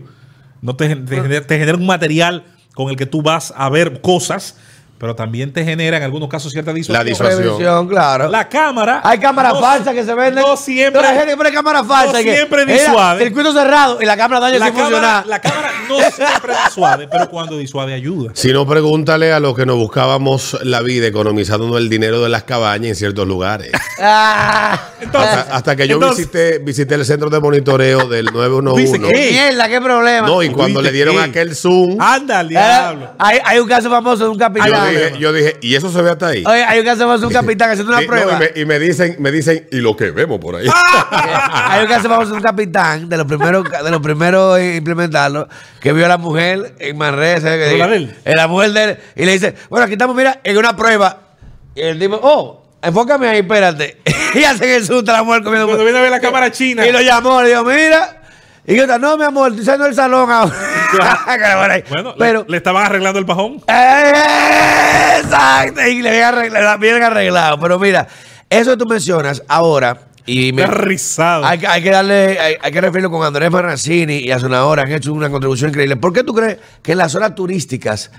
F: no te, gen- te genera, te genera un material con el que tú vas a ver cosas, pero también te genera en algunos casos cierta disuasión.
D: La disuasión.
E: Previsión, claro.
F: La cámara.
E: Hay cámaras
F: no-
E: falsas que se venden.
F: No siempre.
E: La gente pone cámaras falsas.
F: no
E: y que,
F: siempre
E: mira,
F: disuade.
E: Circuito cerrado y la cámara daña
F: La
E: sin
F: cámara,
E: funcionar.
F: la cámara no siempre disuade, pero cuando disuade ayuda.
D: Si no, pregúntale a los que nos buscábamos la vida economizándonos el dinero de las cabañas en ciertos lugares.
E: Ah,
F: Entonces,
D: hasta, hasta que yo
F: entonces-
D: visité, visité el centro de monitoreo del
F: Dice
D: 911.
F: que-
E: mierda, qué problema.
D: No, y cuando le
F: Tuviste
D: dieron
F: que-
D: aquel zoom,
F: Anda, al
E: Eh,
F: diablo.
E: hay, hay un caso famoso de un capitán.
D: yo dije, yo dije, y eso se ve hasta ahí.
E: Oye, hay un caso más un capitán haciendo una
D: Sí, no,
E: prueba.
D: y, me, y me dicen, me dicen, y lo que vemos por ahí.
F: Ah,
E: Hay un caso famoso de un capitán, de los primeros, de los primeros en implementarlo, que vio a la mujer en Manresa.
F: ¿Pero la de él?
E: en la mujer de él. Y le dice, bueno, aquí estamos, mira, en una prueba. Y él dijo, oh, enfócame ahí, espérate. y hacen el susto a la mujer comiendo.
F: Cuando viene a ver la cámara china.
E: Y lo llamó, le dijo, mira. Y yo, no, mi amor, estoy saliendo del salón ahora. Que la mujer ahí.
F: Bueno, le-
E: Pero, eh,
F: le, estaban arreglando el pajón.
E: Exacto, y le habían arreglado, bien arreglado. Pero mira, eso que tú mencionas ahora, y me,
F: Está rizado.
E: hay, que- hay que darle, hay, hay que referirlo con Andrés Marracini y a Sonadora, han hecho una contribución increíble. ¿Por qué tú crees que en las zonas turísticas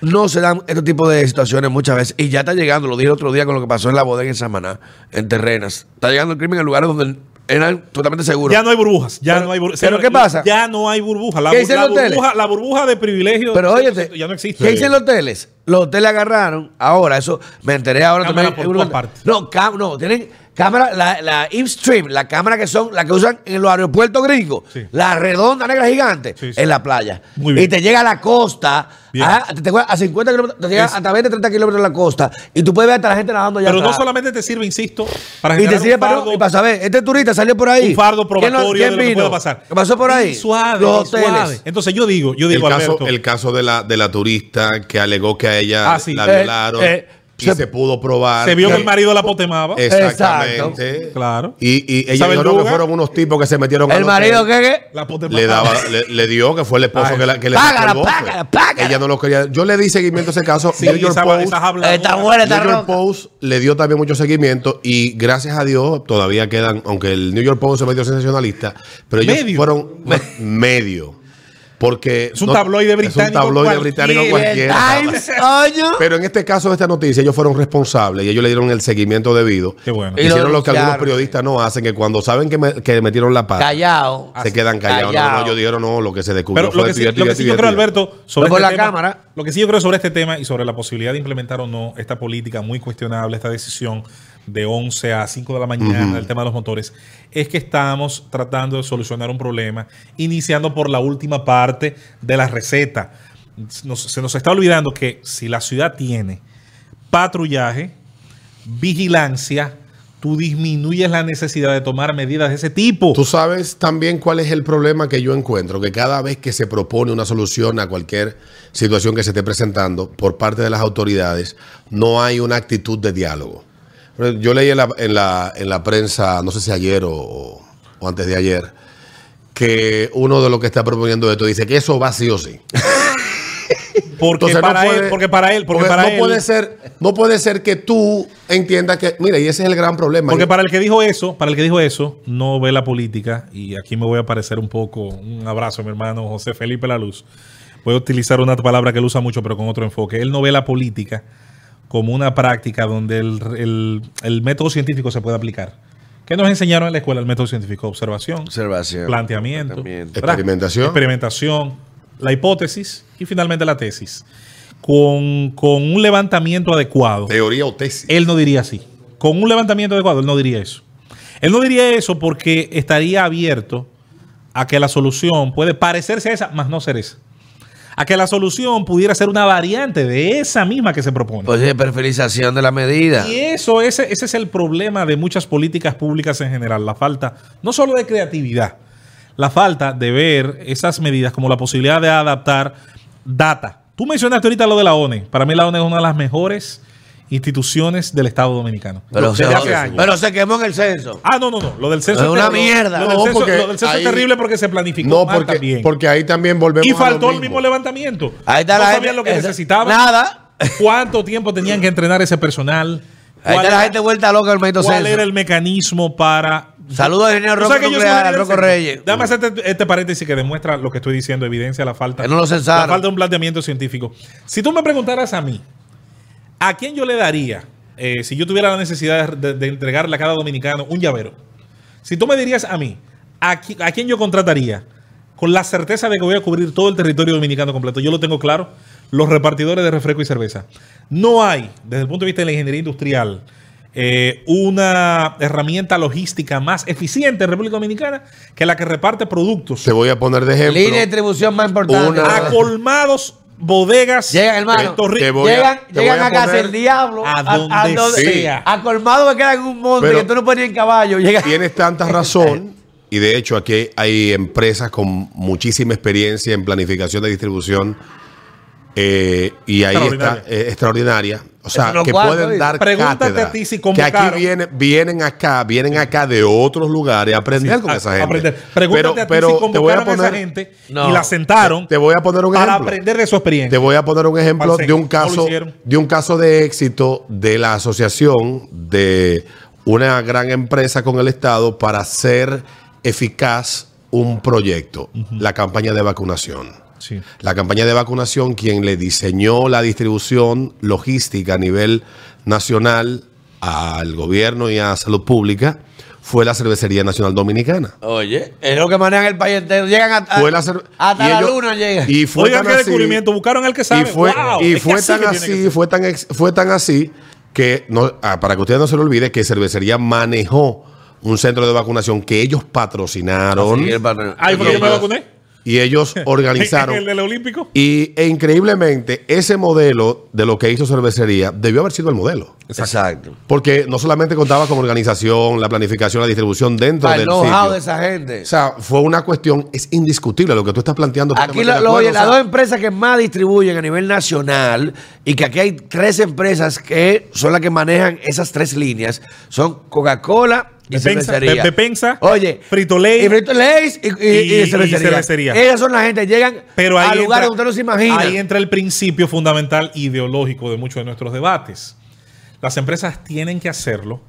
E: no se dan este tipo de situaciones muchas veces? Y ya está llegando, lo dije el otro día con lo que pasó en la bodega en Samaná, en Terrenas. Está llegando el crimen en lugares donde eran totalmente seguros.
F: Ya no hay burbujas. Ya
E: Pero-
F: no hay burbujas.
E: ¿pero qué pasa?
F: Ya no hay burbujas. La,
E: ¿Qué
F: bu-
E: dicen
F: la
E: los hoteles?
F: burbuja, la burbuja de privilegio
E: Pero
F: se-
E: óyete,
F: ya no existe.
E: ¿qué dicen los hoteles? Los hoteles agarraron, ahora, eso me enteré ahora
F: Cámara
E: también.
F: por
E: en un
F: todas
E: hotel-
F: partes.
E: No, cam- no, tienen cámara, la, la InStream, la cámara que son, la que usan en los aeropuertos gringos,
F: Sí.
E: la redonda negra gigante,
F: Sí, sí.
E: en la playa.
F: Muy bien.
E: Y te llega a la costa,
F: Bien.
E: a, te- te acuerdas, a 50 kilómetros, te llega
F: Es-
E: hasta 20, 30 kilómetros de la costa, y tú puedes ver hasta la gente nadando allá.
F: Pero no
E: atrás.
F: solamente te sirve, insisto, para
E: Y
F: generar
E: te sirve
F: un
E: para,
F: fardo-
E: y para saber, este turista salió por ahí.
F: un fardo
E: ¿Quién lo-
F: probatorio
E: quién
F: de lo que
E: vino?
F: pueda pasar.
E: ¿Qué pasó por ahí?
F: Y suave,
E: los
F: y
E: hoteles.
F: suave. Entonces yo digo, yo
D: El
F: digo,
D: caso,
F: Alberto,
D: el caso de la de la turista que alegó que a ella
F: Ah, sí.
D: la
F: Eh,
D: violaron
E: eh,
D: y
E: se-
D: se, pudo probar.
F: se vio que
D: que-
F: el marido la potemaba.
D: Exactamente.
F: Claro.
D: Y, y
F: Esa
D: ella dijo no, que
F: verduga.
D: fueron unos tipos que se metieron al
E: El marido
D: hotel.
E: que... que-
F: La potemaba.
D: le daba, le, le dio que fue el esposo
F: Ay.
D: que, la- que le
E: Págala,
D: sacó el bofe.
E: págala, págala.
D: Ella no lo quería. Yo le di seguimiento a ese caso.
F: Sí,
D: New York
F: esa-
D: Post-
F: esas habladoras.
E: Está buena,
D: New
E: está
D: York
E: rota.
D: Post le dio también mucho seguimiento y gracias a Dios todavía quedan, aunque el New York Post se metió sensacionalista, pero ellos
F: Medio.
D: fueron medio. Porque
F: Es un tabloide
D: Es un
F: británico
D: tabloide británico
F: cualquiera.
D: cualquiera.
E: Times, oño.
D: Pero en este caso de esta noticia, ellos fueron responsables y ellos le dieron el seguimiento debido.
F: Qué bueno.
E: Y lo
D: Hicieron lo que algunos
E: denunciaron.
D: periodistas no hacen, que cuando saben que, me- que metieron la pata,
E: Callao.
D: se quedan callados. No,
E: Callado.
D: no, ellos dijeron, no, lo que se descubrió
F: Pero
D: fue
F: lo que
D: esto
F: sí,
D: y esto y
F: lo que
D: esto
F: sí
D: y
F: yo
D: esto
F: creo,
D: y esto.
F: Alberto, sobre
E: Fue por
F: este
E: la
F: tema,
E: cámara.
F: lo que sí yo creo sobre este tema y sobre la posibilidad de implementar o no esta política muy cuestionable, esta decisión de 11 a 5 de la mañana, el tema de los motores, es que estamos tratando de solucionar un problema, iniciando por la última parte de la receta. Nos- se nos está olvidando que si la ciudad tiene patrullaje, vigilancia, tú disminuyes la necesidad de tomar medidas de ese tipo.
D: Tú sabes también cuál es el problema que yo encuentro, que cada vez que se propone una solución a cualquier situación que se esté presentando por parte de las autoridades, no hay una actitud de diálogo. Yo leí en la, en la- en la prensa, no sé si ayer o, o antes de ayer, que uno de los que está proponiendo esto dice que eso va sí o sí.
F: Porque,
D: Entonces, no
F: para él,
D: puede-
F: porque para él, porque para
D: no
F: él.
D: Puede ser, no puede ser que tú entiendas que, mira, y ese es el gran problema.
F: Porque
D: Yo-
F: para el que dijo eso, para el que dijo eso, no ve la política, y aquí me voy a parecer un poco, un abrazo, mi hermano José Felipe La Luz. Voy a utilizar una palabra que él usa mucho, pero con otro enfoque. Él no ve la política como una práctica donde el, el- el método científico se puede aplicar. ¿Qué nos enseñaron en la escuela el método científico? Observación,
E: Observación.
F: planteamiento,
E: Planteamiento.
F: ¿verdad?
D: Experimentación.
F: experimentación, la hipótesis y finalmente la tesis. Con, con un levantamiento adecuado
D: Teoría o tesis.
F: él no diría así. Con un levantamiento adecuado, él no diría eso. Él no diría eso porque estaría abierto a que la solución puede parecerse a esa, más no ser esa. A que la solución pudiera ser una variante de esa misma que se propone.
E: Pues de perfilización de la medida.
F: Y eso, ese, ese es el problema de muchas políticas públicas en general, la falta no solo de creatividad, la falta de ver esas medidas como la posibilidad de adaptar data. Tú mencionaste ahorita lo de la ONE. Para mí la ONE es una de las mejores instituciones del Estado Dominicano.
E: Pero, se,
F: Desde hace años.
E: pero se quemó en el censo.
F: Ah, no, no, no. Lo del censo
E: Es una
F: terrible.
E: mierda.
F: Lo del
D: No,
F: censo,
D: porque
F: lo del censo
D: ahí-
F: es terrible porque se planificó
D: No,
F: mal
D: porque,
F: también.
D: porque ahí también volvemos
F: y
D: a lo
F: faltó el mismo levantamiento.
E: Ahí está la
F: no sabían
E: gente-
F: lo que
E: esa-
F: necesitaban.
E: nada.
F: ¿Cuánto tiempo tenían que entrenar ese personal?
E: Ahí
F: ¿Cuál
E: está
F: era-
E: la gente vuelta loca del maldito
F: ¿Cuál era
E: censo.
F: el mecanismo para.
E: Saludos al ingeniero
F: ¿Tú sabes
E: Rocco
F: que yo
E: Nuclear,
F: soy
E: a
F: ingeniero
E: Rocco
F: del censo?
E: Reyes.
F: Dame hacer este, este paréntesis que demuestra lo que estoy diciendo, evidencia la falta.
E: Que no lo
F: la
E: censaron.
F: falta de un planteamiento científico. Si tú me preguntaras a mí, ¿a quién yo le daría, eh, si yo tuviera la necesidad de, de entregarle a cada dominicano un llavero? Si tú me dirías a mí, ¿a, qui- a quién yo contrataría? Con la certeza de que voy a cubrir todo el territorio dominicano completo. Yo lo tengo claro. Los repartidores de refresco y cerveza. No hay, desde el punto de vista de la ingeniería industrial, eh, una herramienta logística más eficiente en República Dominicana que la que reparte productos
D: Te voy a poner de ejemplo.
E: Línea de distribución más importante. Ah,
D: Una-
F: acolmados bodegas.
E: Llegan, hermano.
F: Torri-
D: Te voy
E: Llegan,
D: te
E: llegan
D: voy
E: a, casa
D: poner-
E: el diablo.
F: a donde sea.
E: A Colmado que queda en un monte
D: Pero-
E: que tú no puedes ir en caballo. Llega.
D: Tienes tanta razón. Y de hecho, aquí hay empresas con muchísima experiencia en planificación de distribución. eh, y ahí
F: Extraordinaria.
D: está eh, extraordinaria. O sea,
E: Eso no
D: que
E: cuadra,
D: pueden
E: oye.
D: dar
F: Pregúntate
D: cátedra.
F: a ti si
D: que aquí
F: convocaron.
D: vienen, vienen acá, vienen acá de otros lugares a aprender
F: Sí,
D: con
F: a-
D: esa gente.
F: aprender. Pregúntate
D: Pero-
F: a ti
D: pero
F: si
D: te voy a
F: convocaron a, esa
D: poner-
F: gente
E: No.
F: y la sentaron
D: Te voy a poner un
F: para
D: ejemplo.
F: aprender de su experiencia.
D: Te voy a poner un ejemplo
F: Parece
D: de un
F: que no lo
D: caso
F: hicieron.
D: de un caso de éxito de la asociación de una gran empresa con el Estado para hacer eficaz un proyecto, la campaña de vacunación.
F: Sí.
D: La campaña de vacunación, quien le diseñó la distribución logística a nivel nacional al gobierno y a salud pública, fue la Cervecería Nacional Dominicana.
E: Oye, es lo que manejan el país entero. Llegan a, a-
D: Fue la cer-
E: Ah, hasta
D: y
E: la
D: ellos-
E: luna. Llegan.
D: Y fue
F: Oigan
D: tan
F: qué
D: así-
F: descubrimiento, buscaron al que sabe.
D: y fue,
F: Wow,
D: y
F: es
D: fue
F: que así
D: tan
F: que tiene que
D: así,
F: ser.
D: fue tan ex- fue tan así que no, ah, para que ustedes no se lo olvide que cervecería manejó un centro de vacunación que ellos patrocinaron
E: Sí, el patrón.
F: Ahí fue que yo me
D: Ellos-
F: vacuné.
D: y ellos
F: En el
D: organizaron.
F: del Olímpico.
D: y e increíblemente ese modelo de lo que hizo cervecería debió haber sido el modelo.
E: Exacto.
D: Porque no solamente contaba con organización, la planificación, la distribución dentro
E: Para el
D: del
E: know-how
D: sitio.
E: de esa gente.
D: O sea, fue una cuestión, es indiscutible lo que tú estás planteando.
E: Aquí
D: totalmente
E: lo-
D: de
E: lo-
D: acuerdo,
E: oye,
D: o
E: las
D: sea,
E: dos empresas que más distribuyen a nivel nacional y que aquí hay tres empresas que son las que manejan esas tres líneas son Coca-Cola y
F: Bepensa,
E: cervecería.
F: Be- Bepensa,
E: oye,
F: Frito Lay
E: y Frito Lay y, y- y
F: y- y
E: cervecería.
F: cervecería.
E: Ellas son la gente que llegan
F: Pero ahí
E: a lugares
F: entra-
E: que usted no se imagina.
F: Ahí entra el principio fundamental ideológico de muchos de nuestros debates. Las empresas tienen que hacerlo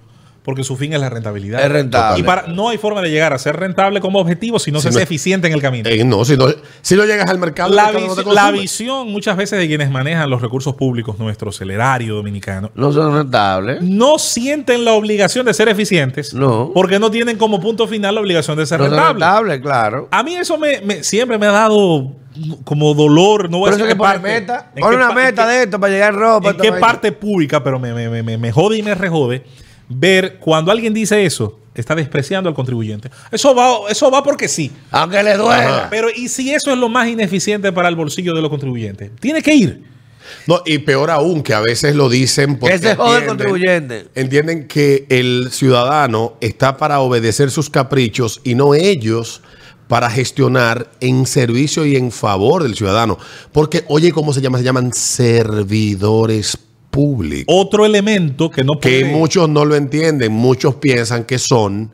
F: porque su fin es la rentabilidad.
E: Es rentable.
F: Y para, no hay forma de llegar a ser rentable como objetivo si no
D: Si
F: se
D: no-
F: es eficiente en el camino.
D: eh, no, si no, si no llegas al mercado, el
F: la,
D: mercado no
F: visi-
D: te
F: la
D: consume.
F: visión muchas veces de quienes manejan los recursos públicos nuestros, el erario dominicano,
E: No son rentables.
F: no sienten la obligación de ser eficientes
E: No.
F: porque no tienen como punto final la obligación de ser
E: No son
F: rentable.
E: rentables, claro.
F: A mí eso me, me- siempre me ha dado como dolor. No voy
E: Por
F: a
E: eso
F: decir
E: hay que
F: qué
E: poner
F: parte,
E: meta.
F: pues, en
E: Pon
F: qué
E: una
F: pa- en
E: meta
F: qué-
E: de esto pues, para llegar ropa.
F: ¿En qué
E: esta
F: parte pública? Pero me, me, me, me jode y me rejode ver cuando alguien dice eso, está despreciando al contribuyente. Eso va, eso va porque sí.
E: vaina? Aunque le duela.
F: Pero ¿y si eso es lo más ineficiente para el bolsillo de los contribuyentes? Tiene que ir.
D: No, y peor aún, que a veces lo dicen porque.
E: Que se jode el
D: entienden-
E: contribuyente.
D: Entienden que el ciudadano está para obedecer sus caprichos y no ellos para gestionar en servicio y en favor del ciudadano. Porque, oye, ¿cómo se llama? Se llaman servidores públicos.
F: Otro elemento que no
D: Que
F: puede-
D: muchos no lo entienden, muchos piensan que son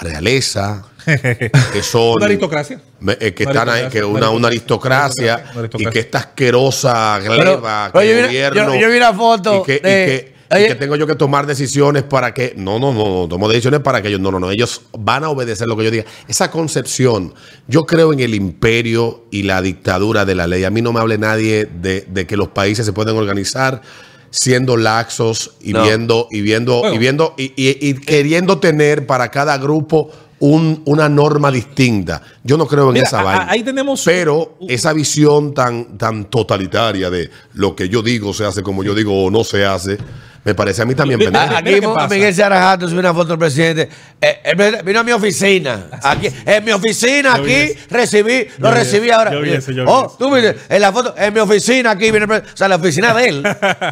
D: realeza, que son
F: Una aristocracia.
D: me- eh, que
F: Una
D: están ahí,
F: aristocracia,
D: que
F: una
D: una, una
F: aristocracia,
D: aristocracia,
F: una aristocracia.
D: y que esta asquerosa
E: Pero-
D: gleba
E: pero
D: que
E: yo, vi una,
D: gobierno
E: yo- yo vi una foto.
D: y que, y
E: de-
D: que- y
E: oye,
D: que tengo yo que tomar decisiones para que no no no no tomo decisiones para que ellos no no no ellos van a obedecer lo que yo diga esa concepción yo creo en el imperio y la dictadura de la ley a mí no me hable nadie de, de que los países se pueden organizar siendo laxos y
E: No.
D: viendo y viendo
F: Bueno.
D: y viendo y, y- y queriendo tener para cada grupo un- una norma distinta. Yo no creo en
F: Mira,
D: esa
F: a-
D: vaina.
F: a- ahí tenemos-
D: Pero esa visión tan, tan totalitaria de lo que yo digo se hace como yo digo o no se hace, me parece a mí también
F: Mira,
D: pendejo.
E: a-
F: mira
E: Ah, Aquí
F: qué pasa.
E: Miguel Seara Jato subió una foto del presidente. Eh, el presidente vino a mi oficina. Aquí, en mi oficina,
F: Yo vi
E: aquí,
F: eso.
E: recibí, lo
F: Yo vi
E: recibí
F: eso,
E: ahora.
F: yo vi eso, yo vi
E: oh,
F: eso.
E: tú viste, en la foto, en mi oficina, aquí viene el presidente. O sea, la oficina de él.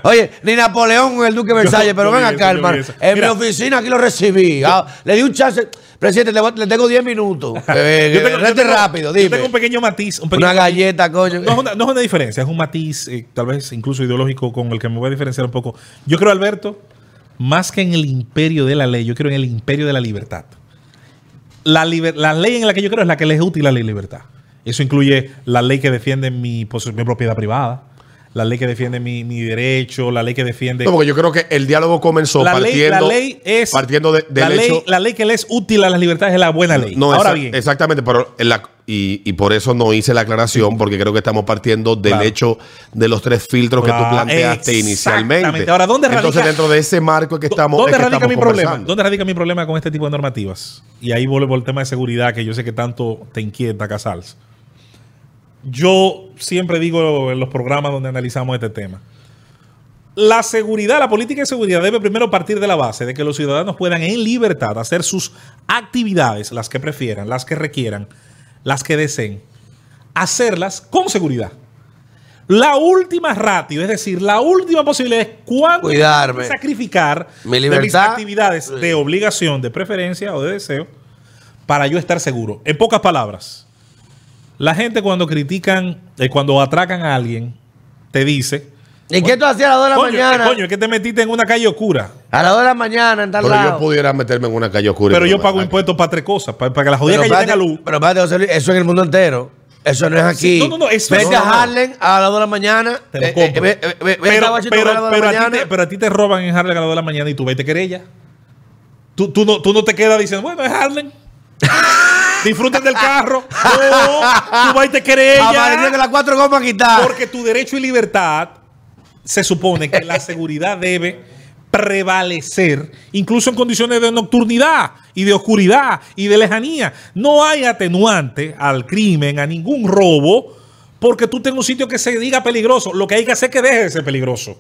E: Oye, ni Napoleón con el Duque de Versalles,
F: yo
E: pero
F: vi
E: ven
F: eso, yo
E: acá,
F: vi
E: hermano.
F: eso.
E: En
F: Mira.
E: mi oficina, aquí lo recibí. Ah, le di un chance. Presidente, le, voy- le tengo 10 minutos. Eh,
F: Yo tengo- yo
E: rete
F: tengo-
E: rápido,
F: yo
E: dime.
F: tengo un pequeño matiz. un pequeño
E: una galleta, coño.
F: No es, una, no es una diferencia, es un matiz, eh, tal vez incluso ideológico, con el que me voy a diferenciar un poco. Yo creo, Alberto, más que en el imperio de la ley, yo creo en el imperio de la libertad. La, liber- la ley en la que yo creo es la que le es útil a la libertad. Eso incluye la ley que defiende mi, pos- mi propiedad privada, la ley que defiende mi, mi derecho, la ley que defiende...
D: No, porque yo creo que el diálogo comenzó
F: la, ley, la
D: partiendo,
F: ley es...
D: partiendo de- del
F: la, ley,
D: hecho.
F: la ley que le es útil a las libertades es la buena ley.
D: No,
F: Ahora
D: exa-
F: bien,
D: exactamente, pero en la- y, y por eso no hice la aclaración, porque creo que estamos partiendo del
F: Claro.
D: hecho de los tres filtros que
F: Claro,
D: tú planteaste
F: exactamente.
D: inicialmente.
F: Ahora, ¿dónde
D: Entonces,
F: radica-
D: dentro de ese marco es que estamos.
F: ¿Dónde
D: es que
F: radica
D: estamos
F: mi problema?
D: conversando.
F: ¿Dónde radica mi problema con este tipo de normativas? Y ahí vuelvo al tema de seguridad que yo sé que tanto te inquieta, Casals. Yo siempre digo en los programas donde analizamos este tema. La seguridad, la política de seguridad debe primero partir de la base de que los ciudadanos puedan en libertad hacer sus actividades, las que prefieran, las que requieran, las que deseen, hacerlas con seguridad. La última ratio, es decir, la última posibilidad es cuándo
E: Cuidarme.
F: tengo que sacrificar
E: Mi
F: de mis
E: libertad.
F: actividades de obligación, de preferencia o de deseo para yo estar seguro. En pocas palabras, la gente cuando critican, eh, cuando atracan a alguien, te dice,
E: ¿Y qué tú hacías a las 2 de la
F: coño,
E: mañana?
F: eh, coño, es que te metiste en una calle oscura.
E: A las 2 de la mañana, en tal
D: Pero yo
E: lado.
D: pudiera meterme en una calle oscura. y
F: Pero yo
D: me
F: pago
D: ataquen.
F: impuestos para tres cosas, para, para que la jodida
E: Pero
F: calle tenga
E: espérate,
F: luz.
E: pero espérate, José Luis, eso en el mundo entero. Eso no es aquí.
F: no, no, no, eso
E: Vete
F: no, no, no.
E: a Harlem a las 2 de la mañana.
F: Te lo
E: eh,
F: compro.
E: eh, ve- ve- ve a
F: pero,
E: Tabachito
F: pero-
E: a las 2 de
F: pero
E: la
F: a ti
E: mañana.
F: te, pero a ti te roban en Harlem a las 2 de la mañana y tú vete querella. Tú, tú, no, tú no te quedas diciendo, bueno, es Harlem. Disfruten del carro. No, tú vas y
E: Apareció
F: te
E: que
F: querella.
E: las cuatro gomas
D: Ah.
E: quitadas.
F: Porque tu derecho y libertad se supone que la seguridad debe prevalecer, incluso en condiciones de nocturnidad y de oscuridad y de lejanía. No hay atenuante al crimen, a ningún robo, porque tú tengas un sitio que se diga peligroso. Lo que hay que hacer es que deje de ser peligroso.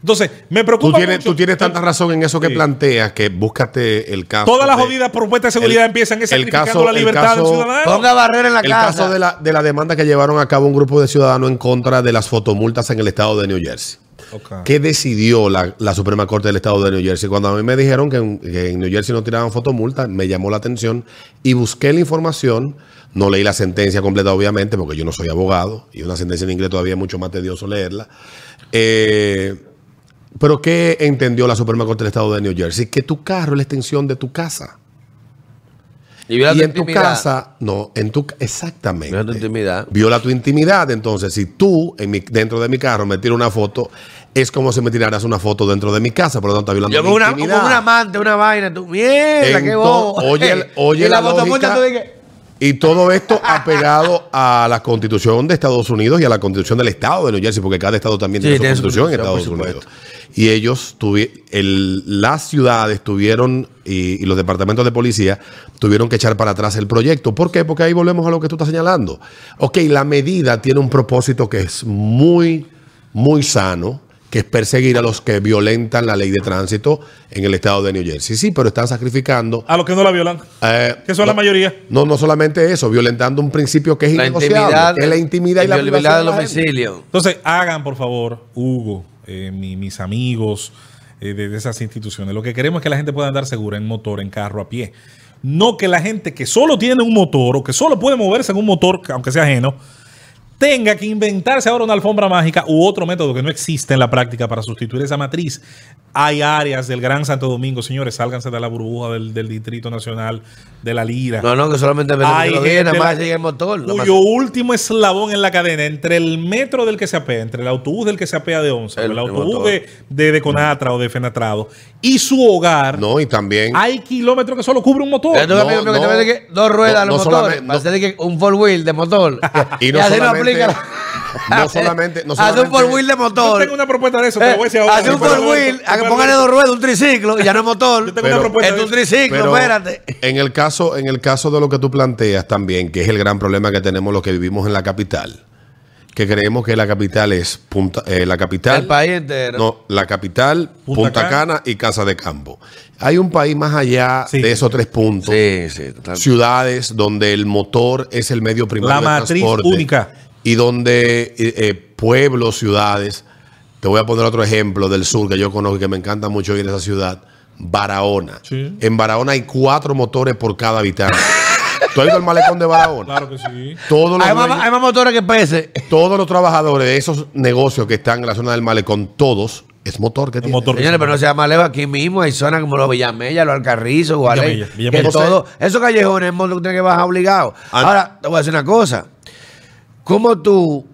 F: Entonces, me
D: Tú
F: preocupa
D: tienes,
F: mucho.
D: tú tienes tanta razón en eso que
F: Sí.
D: planteas que búscate el caso.
F: Todas las
D: de-
F: jodidas propuestas de seguridad
D: el-
F: empiezan es
D: el
F: sacrificando
D: caso-
F: la
D: el
F: libertad del
D: caso-
F: ciudadano.
E: Ponga barrera en la
D: el
E: casa.
D: caso de la, de la demanda que llevaron a cabo un grupo de ciudadanos en contra de las fotomultas en el estado de New Jersey.
F: Ok.
D: ¿Qué decidió la, la Suprema Corte del Estado de New Jersey? Cuando a mí me dijeron que en, que en New Jersey no tiraban fotomultas, me llamó la atención y busqué la información. No leí la sentencia completa, obviamente, porque yo no soy abogado y una sentencia en inglés todavía es mucho más tedioso leerla. Eh, Pero ¿qué entendió la Suprema Corte del Estado de New Jersey? Que tu carro es la extensión de tu casa.
E: viola
D: Y
E: tu
D: en tu
E: intimidad.
D: casa, no, en tu exactamente.
E: Viola tu intimidad.
D: Viola tu intimidad. Entonces, si tú en mi- dentro de mi carro me tiras una foto, es como si me tiraras una foto dentro de mi casa, por lo tanto, está violando
E: Yo
D: mi
E: como una, como
D: intimidad.
E: un amante, una vaina. Tú, mierda, qué
D: Ento-
E: bobo.
D: oye, el- oye
E: y la,
D: la lógica.
E: fotopunta tú dices,
D: Y todo esto apegado a la Constitución de Estados Unidos y a la Constitución del Estado de New Jersey, porque cada estado también
E: Sí,
D: tiene su
E: tiene su
D: Constitución en Estados
E: constitución, por
D: Unidos. Y ellos tuvieron, las ciudades tuvieron y, y los departamentos de policía tuvieron que echar para atrás el proyecto. ¿Por qué? Porque ahí volvemos a lo que tú estás señalando. Ok, la medida tiene un propósito que es muy, muy sano que es perseguir a los que violentan la ley de tránsito en el estado de New Jersey. Sí, pero están sacrificando
F: A los que no la violan.
D: eh,
F: Que son la mayoría.
D: No, no solamente eso, violentando un principio que es
E: La
D: innegociable,
E: intimidad.
D: que es la intimidad y la privacidad
E: del
D: de la gente.
E: homicidio.
F: Entonces, hagan, por favor, Hugo, eh, mi- mis amigos eh, de, de esas instituciones. Lo que queremos es que la gente pueda andar segura en motor, en carro, a pie. No que la gente que solo tiene un motor o que solo puede moverse en un motor, aunque sea ajeno, tenga que inventarse ahora una alfombra mágica u otro método que no existe en la práctica para sustituir esa matriz. Hay áreas del Gran Santo Domingo, señores, sálganse de la burbuja del, del Distrito Nacional, de la Lira.
E: No, no, que solamente me
F: Hay
E: lo dije, nada
F: gente
E: más
F: la-
E: llega el motor. nada más.
F: Cuyo último eslabón en la cadena, entre el metro del que se apea, entre el autobús del que se apea de 11,
E: El-
F: el,
E: el
F: autobús
E: motor.
F: de, de, de Conatra o de Fenatrado, y su hogar,
D: No, y también.
F: hay kilómetros que solo cubre un motor.
E: Yo tengo
D: No,
E: amigos míos que
D: no.
E: te venden que dos ruedas
D: No,
E: los
D: no
E: motores.
D: solamente-
E: Para
D: no.
E: hacer que un four wheel de motor.
D: Y no
E: así
D: solamente-
E: aplica la-
D: no solamente- no
E: Hace un
D: solamente-
E: four wheel de
F: Yo
E: motor.
F: tengo una propuesta de eso, te
E: Eh,
F: lo voy a decir ahora.
E: hace un
F: Pero-
E: four wheel, a que
F: pero-
E: póngale dos ruedas, un triciclo, y ya no es motor.
F: Yo tengo una propuesta
E: Es un
F: de-
E: triciclo,
D: pero
E: espérate.
D: En el, caso, en el caso de lo que tú planteas también, que es el gran problema que tenemos los que vivimos en la capital, que creemos que la capital es punta, eh, la capital.
E: El país entero.
D: No, la capital,
F: Punta
D: Punta,
F: Cana.
D: Cana. y Casa de Campo. Hay un país más allá
F: Sí.
D: de esos tres puntos.
E: Sí, sí, total.
D: ciudades donde el motor es el medio primario.
F: La
D: de
F: matriz
D: transporte.
F: única.
D: Y donde eh, eh, pueblos, ciudades. Te voy a poner otro ejemplo del sur que yo conozco y que me encanta mucho ir a esa ciudad. Barahona.
F: Sí.
D: En Barahona hay cuatro motores por cada habitante. ¿Tú has ido al malecón de Barahona?
F: Claro que sí.
D: Todos los
E: Hay más,
D: dueños-
E: hay más motores que pese.
D: todos los trabajadores de esos negocios que están en la zona del malecón, todos, es motor que tienen.
F: motor.
E: Señores, pero no sea más lejos aquí mismo. Hay zonas como los Villamella, los Alcarrizos, Gualey.
F: Villamella, Villamella.
E: que todo- Esos callejones, el tú tiene que bajar obligado.
D: Ah.
E: Ahora, te voy a decir una cosa. ¿Cómo tú,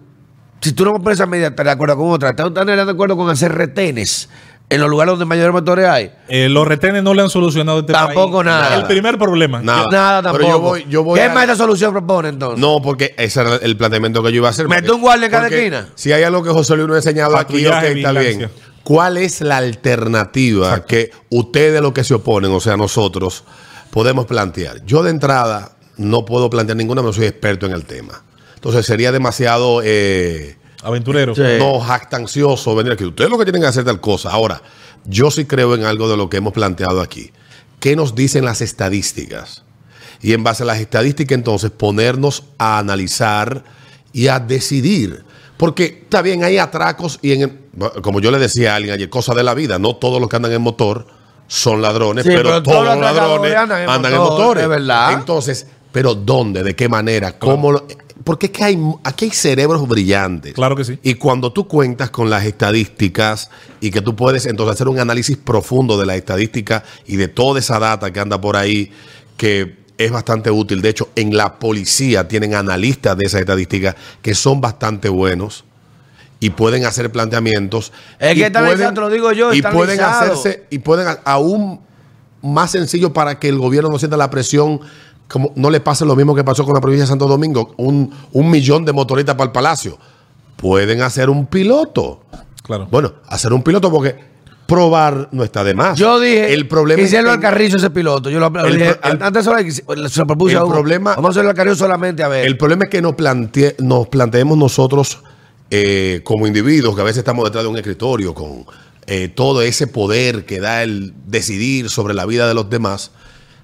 E: si tú no pones esa medida, estás de acuerdo con otra? ¿Estás estás de acuerdo con hacer retenes en los lugares donde mayores motores hay?
F: Eh, los retenes no le han solucionado este
E: Tampoco
F: país.
E: nada.
F: El primer problema.
D: Nada.
E: Yo- Nada tampoco.
D: Ah, Pero yo voy- yo voy
E: ¿Qué
D: a-
E: más la solución propone entonces?
D: No, porque ese era el planteamiento que yo iba a hacer.
E: Mete
D: Porque-
E: un guardia en cada
D: porque
E: esquina.
D: Si hay algo que José Luis no ha enseñado aquí, ok,
F: Patrullaje,
D: está
F: vigilancia.
D: bien. ¿Cuál es la alternativa que ustedes, los que se oponen, o sea, nosotros, podemos plantear? Yo de entrada no puedo plantear ninguna, no soy experto en el tema. Entonces sería demasiado eh,
F: Aventurero.
E: Sí.
D: no jactancioso venir aquí. Ustedes lo que tienen que hacer tal cosa. Ahora, yo sí creo en algo de lo que hemos planteado aquí. ¿Qué nos dicen las estadísticas? Y en base a las estadísticas, entonces, ponernos a analizar y a decidir. Porque está bien, hay atracos y en el- como yo le decía a alguien ayer, cosas de la vida, no todos los que andan en motor son ladrones,
E: Sí,
D: pero,
E: pero
D: todos los
E: atracadores
D: ladrones andan en,
E: motor,
D: motores.
E: es verdad.
D: Entonces, pero ¿dónde? ¿De qué manera? ¿Cómo lo- porque es que hay, aquí hay cerebros brillantes.
F: Claro que sí.
D: Y cuando tú cuentas con las estadísticas y que tú puedes entonces hacer un análisis profundo de la estadística y de toda esa data que anda por ahí, que es bastante útil. De hecho, en la policía tienen analistas de esas estadísticas que son bastante buenos y pueden hacer planteamientos.
E: Es que
D: Y
E: está
D: pueden-
E: analizado, te lo digo yo,
D: Y
E: está
D: pueden
E: analizado.
D: hacerse, y pueden a- aún más sencillo para que el gobierno no sienta la presión. Como no le pase lo mismo que pasó con la provincia de Santo Domingo, un, un millón de motoristas para el palacio. Pueden hacer un piloto.
F: Claro.
D: Bueno, hacer un piloto porque probar no está de más.
E: Yo dije,
D: el problema es
E: Quisiera
D: que-
E: al carrizo ese piloto. Yo lo
D: El
E: dije,
D: pro- el-
E: antes solo se lo propuse
D: el
E: a Hugo.
D: problema-
E: Vamos a hacerlo al carrizo solamente a ver.
D: El problema es que nos, plante- nos planteemos nosotros eh, como individuos, que a veces estamos detrás de un escritorio con eh, todo ese poder que da el decidir sobre la vida de los demás,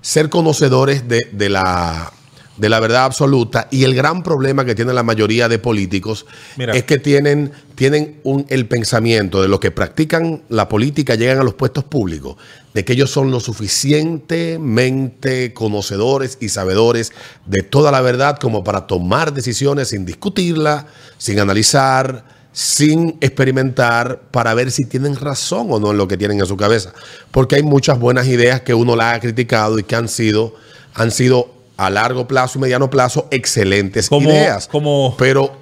D: ser conocedores de, de la, de la verdad absoluta y el gran problema que tiene la mayoría de políticos
F: Mira.
D: es que tienen, tienen un, el pensamiento de los que practican la política, llegan a los puestos públicos, de que ellos son lo suficientemente conocedores y sabedores de toda la verdad como para tomar decisiones sin discutirla, sin analizar, sin experimentar, para ver si tienen razón o no en lo que tienen en su cabeza. Porque hay muchas buenas ideas que uno la ha criticado y que han sido, han sido a largo plazo y mediano plazo excelentes
F: Como-
D: ideas.
F: como-
D: pero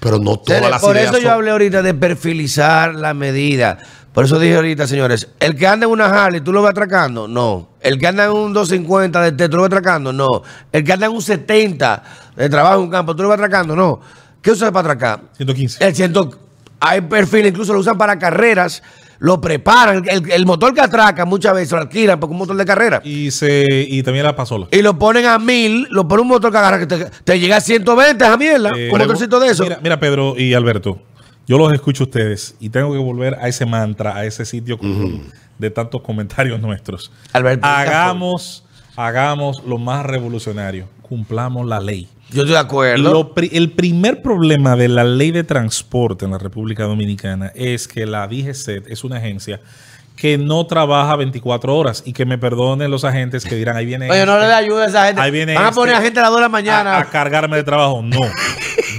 D: pero no todas
E: Señores,
D: las
E: por
D: ideas
E: eso yo
D: son-
E: hablé ahorita de perfilizar la medida. Por eso dije ahorita, señores, el que anda en una Harley, ¿tú lo vas atracando? No. El que anda en un 250 de té, ¿tú lo vas atracando? No. El que anda en un 70 de trabajo en un campo, ¿tú lo vas atracando? No. ¿Qué usas para atracar?
F: 115.
E: El 100, hay perfiles, incluso lo usan para carreras, lo preparan. El, el motor que atraca muchas veces lo alquilan porque es un motor de carrera.
F: Y, se, y también la pasola.
E: Y lo ponen a mil, lo pone un motor que agarra, que te, te llega a 120, esa mierda.
F: Eh,
E: Ah, un motorcito de eso.
F: Mira, mira, Pedro y Alberto, yo los escucho a ustedes y tengo que volver a ese mantra, a ese sitio común de tantos comentarios nuestros.
E: Alberto,
F: hagamos, hagamos lo más revolucionario, cumplamos la ley.
E: Yo estoy de acuerdo.
F: Lo pri- el primer problema de la ley de transporte en la República Dominicana es que la DGCET es una agencia que no trabaja 24 horas y que me perdonen los agentes que dirán, ahí viene...
E: Oye, no
F: este".
E: le ayuda a esa gente.
F: Ahí viene
E: Van a poner
F: este
E: a gente a las 2 de la mañana.
F: a, a cargarme de trabajo. No.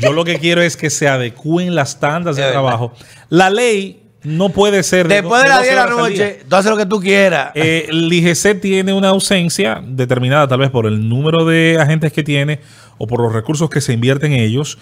F: Yo lo que quiero es que se adecúen las tandas
E: Es
F: de
E: verdad.
F: trabajo. La ley no puede ser.
E: Después
F: do-
E: de las
F: 12
E: 10 de la
F: horas al día.
E: noche, tú haces lo que tú quieras.
F: Eh, el IGC tiene una ausencia determinada tal vez por el número de agentes que tiene o por los recursos que se invierten en ellos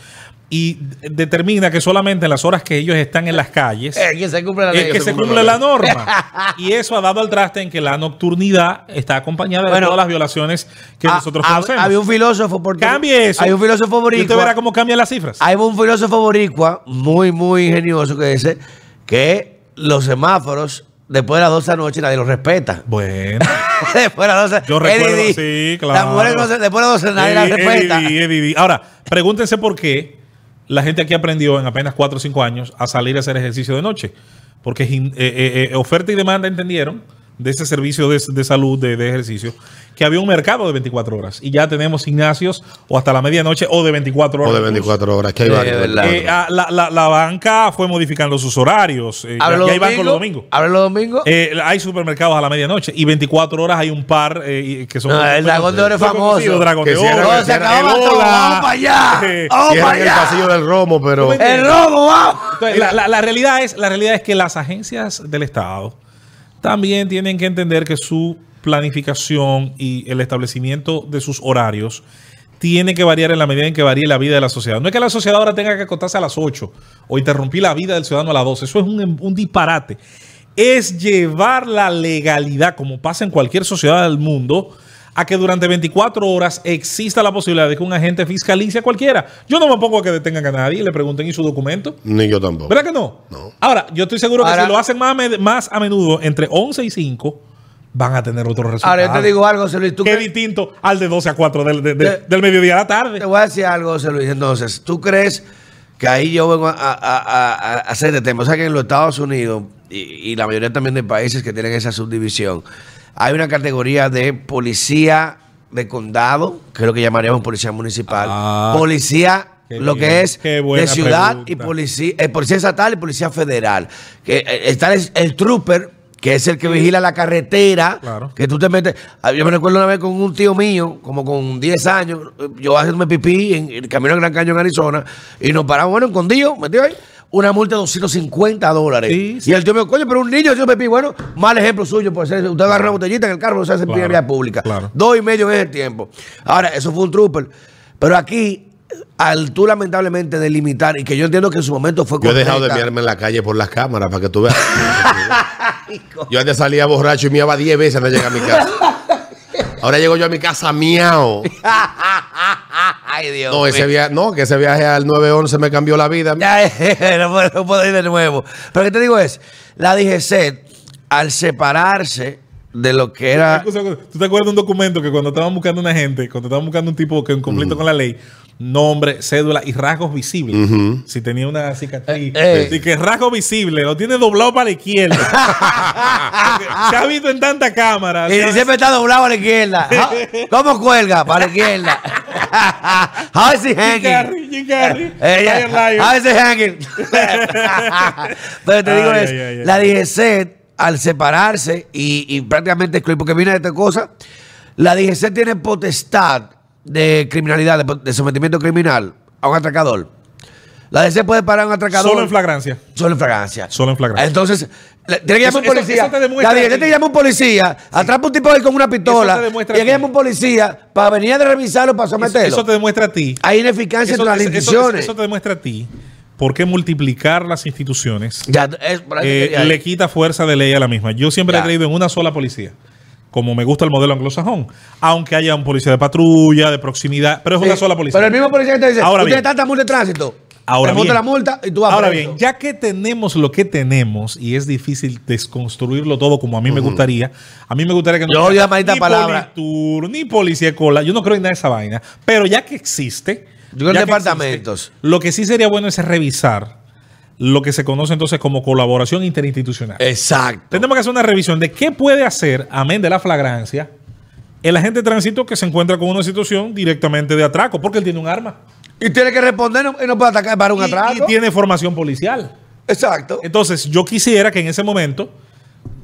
F: y d- determina que solamente en las horas que ellos están en las calles
E: Eh, que se cumple la
F: es que se cumple la norma. Y eso ha dado al traste en que la nocturnidad está acompañada de
E: Bueno,
F: todas las violaciones que
E: Ah,
F: nosotros
E: hab-
F: conocemos.
E: Había un filósofo por
F: Cambie eso.
E: Hay un filósofo
F: Y usted verá
E: boricua.
F: cómo cambian las cifras.
E: Hay un filósofo boricua muy, muy ingenioso que dice que los semáforos después de las 12 de la noche nadie los respeta.
F: Bueno.
E: después de las 12
F: Yo
E: Eddie
F: recuerdo,
E: D.
F: sí,
E: Las
F: claro.
E: mujeres no se- después de las 12 nadie las
F: Eddie,
E: respeta.
F: Eddie, Eddie, Eddie. Ahora, pregúntense por qué la gente aquí aprendió en apenas 4 o 5 años a salir a hacer ejercicio de noche. Porque gin- eh, eh, eh, oferta y demanda entendieron de ese servicio de, de salud, de, de ejercicio, que había un mercado de 24 horas. Y ya tenemos gimnasios o hasta la medianoche o de 24 horas.
D: O de
F: incluso.
D: 24 horas, que hay
E: Sí,
D: varios.
E: es verdad.
F: Eh, ah, la, la- la banca fue modificando sus horarios. eh, ya,
E: Abre los
F: ya hay banco los
E: domingos,
F: domingos.
E: Abre los domingos.
F: Eh, hay supermercados a la medianoche y 24 horas hay un par eh, y- que son.
E: No, el Dragón de Oro es
F: Son conocidos,
E: famoso.
F: Dragón de
D: Que cierran
F: Oro.
E: No, se acabó el robo, vamos para allá.
F: Eh,
E: Vamos para
D: Cierran el
E: allá.
D: pasillo del romo, pero
E: Oh, El robo, vamos.
F: Entonces, la, la- la realidad es, la realidad es que las agencias del Estado también tienen que entender que su planificación y el establecimiento de sus horarios tiene que variar en la medida en que varíe la vida de la sociedad. No es que la sociedad ahora tenga que acostarse a las 8 o interrumpir la vida del ciudadano a las 12. Eso es un, un disparate. Es llevar la legalidad, como pasa en cualquier sociedad del mundo, a que durante 24 horas exista la posibilidad de que un agente fiscalice a cualquiera. Yo no me pongo a que detengan a nadie y le pregunten y su documento.
D: ni yo tampoco.
F: ¿Verdad que no?
D: No.
F: Ahora, yo estoy seguro
E: Ahora-
F: que si lo hacen más a, med- más a menudo, entre 11 y 5, van a tener otro resultado.
E: Ahora yo te digo algo, José Luis. ¿tú
F: Qué
E: crees-
F: distinto al de 12 a 4 del, de- de-
E: Te-
F: del mediodía a la tarde.
E: te voy a decir algo, José Luis. Entonces, ¿tú crees que ahí yo vengo a, a- a- a- a hacer este tema? O sea, que en los Estados Unidos y, y la mayoría también de países que tienen esa subdivisión, hay una categoría de policía de condado, que es lo que llamaríamos policía municipal,
F: Ah.
E: policía
F: Qué
E: lo
F: bien.
E: que es
F: Qué buena
E: de ciudad y
F: pregunta.
E: policía, eh, policía estatal y policía federal. Que eh, está el, el trooper, que es el que vigila la carretera,
F: Claro.
E: que tú te metes. Ah, Yo me recuerdo una vez con un tío mío, como con 10 años, eh, yo haciéndome pipí en el camino al Gran Cañón, Arizona, y nos paramos, bueno, escondido, metido ahí. Una multa de 250 dólares.
F: Sí, sí.
E: Y el tío me dijo, coño, pero un niño, yo pipí. Bueno, mal ejemplo suyo, pues usted agarra una botellita en el carro, no se hace pipí en
F: Claro,
E: vía pública.
F: claro.
E: Dos y medio en ese tiempo. Ahora, eso fue un trooper. Pero aquí, al tú lamentablemente delimitar, y que yo entiendo que en su momento fue
D: Yo he dejado de
E: correcta,
D: mirarme en la calle por las cámaras para que tú veas. yo antes salía borracho y miaba 10 veces antes de llegar a mi casa. Ahora llego yo a mi casa miao.
E: Ay, Dios.
D: No, ese
E: mío.
D: viaje, no, que ese viaje al 911 me cambió la vida.
E: Ya, eh, no, puedo, no puedo ir de nuevo. Pero lo que te digo es, la DGC, al separarse de lo que era.
F: Excusa, excusa. ¿Tú te acuerdas de un documento que cuando estaban buscando una gente, cuando estaban buscando un tipo que en conflicto con la ley, nombre, cédula y rasgos visibles? Si tenía una cicatriz.
E: Eh, eh.
F: Y que rasgo visible, lo tiene doblado para la izquierda. Porque se ha visto en tanta cámara.
E: Y
F: se ha-
E: siempre está doblado a la izquierda. Ja, ¿Cómo cuelga? Para la izquierda. How is he
F: Jim
E: hanging?
F: Carrey, Jim Carrey. Lion,
E: Ella,
F: lion.
E: Eh, a veces hanging. Pero te digo
F: Ay,
E: es,
F: ay, ay, ay.
E: la DGC, al separarse y, y prácticamente excluir, porque viene esta cosa, la DGC tiene potestad de criminalidad, de, de sometimiento criminal a un atracador. La DGC puede parar a un atracador.
F: Solo en flagrancia.
E: Solo en fragancia.
F: Solo en flagrancia.
E: Entonces, le- tiene que llamar
F: Eso-
E: un
F: eso-
E: policía.
F: eso te demuestra
E: la DGC
F: que-
E: te llama un policía, atrapa un tipo ahí con una pistola,
F: Eso te demuestra
E: y que
F: que-
E: llama un policía para venir a revisarlo, para
F: Eso,
E: someterlo.
F: eso te demuestra a ti.
E: Hay ineficacia
F: Eso,
E: en las
F: eso- eso-
E: instituciones.
F: eso te demuestra a ti por qué multiplicar las instituciones
E: Ya, es, por ahí
F: eh,
E: quería ir.
F: le quita fuerza de ley a la misma. Yo siempre
E: Ya.
F: he creído en una sola policía. Como me gusta el modelo anglosajón. Aunque haya un policía de patrulla, de proximidad, pero es una
E: Sí,
F: sola policía.
E: Eh, Pero el mismo policía que te dice,
F: Ahora
E: usted
F: bien.
E: tanta multa de tránsito.
F: Ahora
E: te monta
F: bien.
E: la multa y tú vas
F: Ahora
E: preso.
F: bien, ya que tenemos lo que tenemos y es difícil desconstruirlo todo como a mí me gustaría, a mí me gustaría que
E: Yo odio la maldita
F: ni
E: palabra.
F: Politur, ni policía de cola, yo no creo en nada de esa vaina, pero ya que existe,
E: Yo creo en
F: ya que
E: departamentos.
F: existe, lo que sí sería bueno es revisar lo que se conoce entonces como colaboración interinstitucional.
E: Exacto.
F: Tenemos que hacer una revisión de qué puede hacer, amén de la flagrancia, el agente de tránsito que se encuentra con una situación directamente de atraco, porque él tiene un arma
E: Y tiene que responder no- y no puede atacar para un
F: y-
E: atraco.
F: y tiene formación policial.
E: Exacto.
F: Entonces, yo quisiera que en ese momento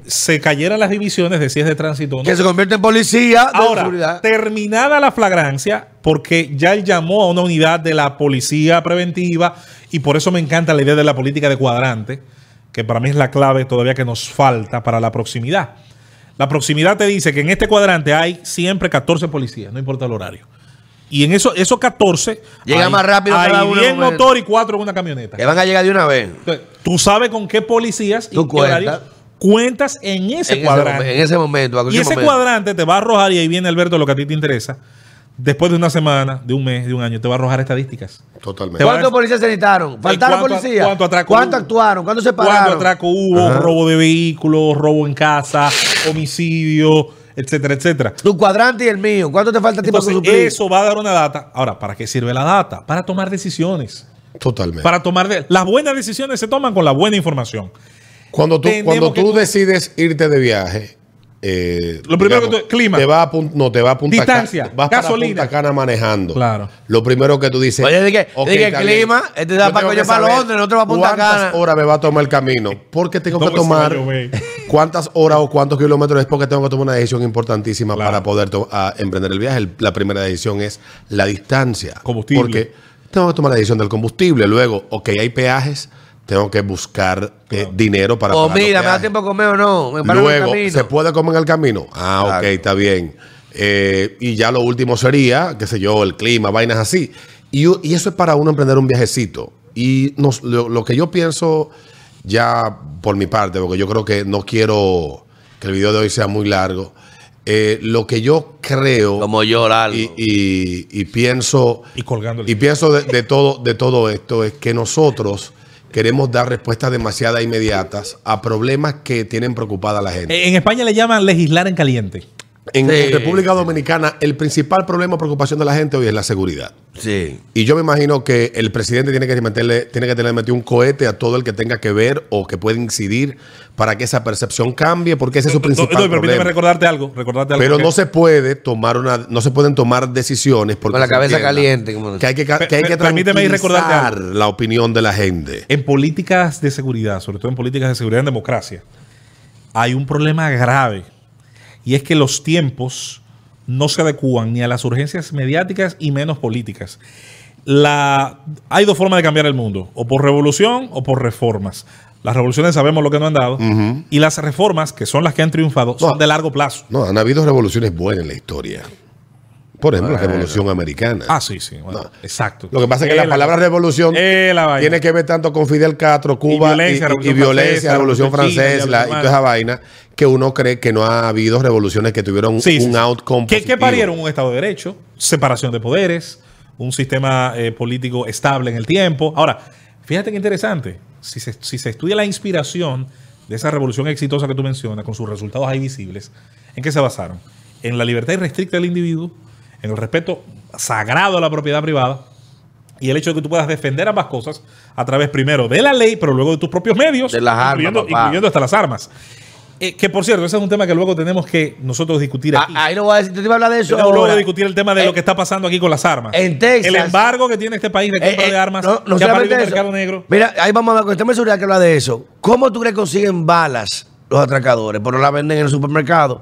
F: se cayeran las divisiones de si es de tránsito o no.
E: Que se convierte en policía de
F: Ahora,
E: seguridad.
F: terminada la flagrancia, porque ya él llamó a una unidad de la policía preventiva, y por eso me encanta la idea de la política de cuadrante, que para mí es la clave todavía que nos falta para la proximidad. La proximidad te dice que en este cuadrante hay siempre 14 policías, no importa el horario. Y en eso, esos 14
E: Llega
F: hay-
E: más rápido
F: hay
E: cada uno,
F: 10
E: bueno.
F: motor y 4 en una camioneta.
E: Que van a llegar de una vez.
F: Entonces, tú sabes con qué policías y
E: Tú
F: qué
E: cuentas.
F: horarios cuentas en ese
E: en, Ese,
F: cuadrante.
E: momen- en ese momento. a
F: y
E: cualquier
F: ese
E: momento.
F: cuadrante te va a arrojar, y ahí viene Alberto lo que a ti te interesa. Después de una semana, de un mes, de un año, te va a arrojar estadísticas.
D: Totalmente.
F: Te va-
E: ¿Cuántos policías se necesitaron? ¿Faltaron
F: cuánto-
E: policías?
F: cuánto atraco
E: ¿Cuánto
F: hubo?
E: actuaron? ¿Cuánto se
F: ¿Cuánto
E: pararon?
F: atraco hubo? Robo de vehículos, robo en casa, homicidio, etcétera, etcétera.
E: Tu cuadrante y el mío. ¿Cuánto te falta a ti para
F: Entonces,
E: suplir?
F: eso va a dar una data. Ahora, ¿para qué sirve la data? Para tomar decisiones.
D: Totalmente.
F: Para tomar de- las buenas decisiones se toman con la buena información.
D: Cuando tú,
F: Tenemos
D: cuando
F: que
D: tú
F: con-
D: decides irte de viaje, eh,
F: Lo primero que tú- clima.
D: Te va a Pun- no, te va a Punta Cana.
F: Distancia,
D: Vas para
F: gasolina.
D: Punta Cana manejando.
F: Claro.
D: Lo primero que tú dices.
E: Oye, di que-
D: ok,
E: di que
D: está
E: el
D: bien.
E: clima, este da
D: Yo
E: para
D: tengo
E: coño
D: que
E: para
D: saber
E: Londres, el otro va a Punta Cana.
D: ¿Cuántas horas me va a tomar el camino? Porque tengo que
F: ¿Cómo pues, se va a
D: tomar.
F: llover?
D: ¿Cuántas horas o cuántos kilómetros es? Porque tengo que tomar una decisión importantísima
F: Claro.
D: para poder to- a- emprender el viaje. El- la primera decisión es la distancia.
F: Combustible.
D: Porque tengo que tomar la decisión del combustible. Luego, ok, hay peajes. Tengo que buscar eh, dinero para pagar los
E: Comida, ¿me da
D: peajes.
E: tiempo de comer o no? ¿Me paro en el
D: Luego,
E: camino?
D: ¿se puede comer en el camino? Ah, ok,
E: Claro.
D: está bien. Eh, y ya lo último sería, qué sé yo, el clima, vainas así. Y, y eso es para uno emprender un viajecito. Y nos- lo, lo que yo pienso, ya por mi parte, porque yo creo que no quiero que el video de hoy sea muy largo, eh, lo que yo creo
E: Como yo, largo.
D: y, y- y pienso
F: Y colgando el
D: y pienso de, de todo de todo esto es que nosotros queremos dar respuestas e demasiado inmediatas a problemas que tienen preocupada a la gente
F: Eh, En España le llaman legislar en caliente.
D: En
E: Sí.
D: República Dominicana, el principal problema o preocupación de la gente hoy es la seguridad.
E: Sí.
D: Y yo me imagino que el presidente tiene que meterle, tiene que tener metido un cohete a todo el que tenga que ver o que puede incidir para que esa percepción cambie, porque ese es su
F: Eh, No,
D: principal
F: no, permíteme
D: problema.
F: recordarte algo. Recordarte algo
D: Pero
F: que-
D: no se puede tomar una, no se pueden tomar decisiones porque
E: Con la
D: se
E: cabeza
D: entienda
E: caliente, como-
D: que hay que, ca-
F: Per-
D: que, hay que
F: per- permíteme y recordarte
D: tranquilizar la opinión de la gente.
F: En políticas de seguridad, sobre todo en políticas de seguridad en democracia, hay un problema grave. Y es que los tiempos no se adecúan ni a las urgencias mediáticas y menos políticas. La, hay dos formas de cambiar el mundo, o por revolución o por reformas. Las revoluciones sabemos lo que no han dado, y las reformas, que son las que han triunfado, son
D: No.
F: de largo plazo.
D: No, han habido revoluciones buenas en la historia. Por ejemplo, la Revolución Americana.
F: Ah, sí, sí. bueno,
D: No.
F: Exacto.
D: Lo que pasa es que
F: Eh,
D: la palabra revolución
F: eh, la vaina.
D: tiene que ver tanto con Fidel Castro, Cuba y y- y
F: violencia,
D: violencia, Revolución
F: Revolución Francesa, Revolución China,
D: Francesa la- y
F: Revolución
D: toda esa vaina que uno cree que no ha habido revoluciones que tuvieron
F: Sí, sí,
D: un
F: sí.
D: outcome.
F: ¿Qué,
D: positivo.
F: qué parieron? Un Estado de Derecho, separación de poderes, un sistema eh, político estable en el tiempo. Ahora, fíjate qué interesante. Si se, si se estudia la inspiración de esa revolución exitosa que tú mencionas, con sus resultados ahí visibles, ¿en qué se basaron? En la libertad irrestricta del individuo, en el respeto sagrado a la propiedad privada y el hecho de que tú puedas defender ambas cosas a través primero de la ley, pero luego de tus propios medios,
E: De las armas,
F: incluyendo,
E: papá.
F: incluyendo hasta las armas. Eh, que por cierto, ese es un tema que luego tenemos que nosotros discutir aquí.
E: Ah, ahí no voy a decir, te iba a hablar de eso.
F: Tenemos luego
E: ahora. Eh,
F: de discutir el tema de lo que está pasando aquí con las armas.
E: en Texas-
F: El embargo que tiene este país de
E: Eh,
F: compra
E: eh,
F: de armas.
E: no, no
F: que ha
E: solamente
F: parido un
E: eso.
F: mercado negro.
E: Mira, ahí vamos a hablar con el tema de seguridad que habla de eso. ¿Cómo tú crees que consiguen balas los atracadores? Pero la venden en el supermercado.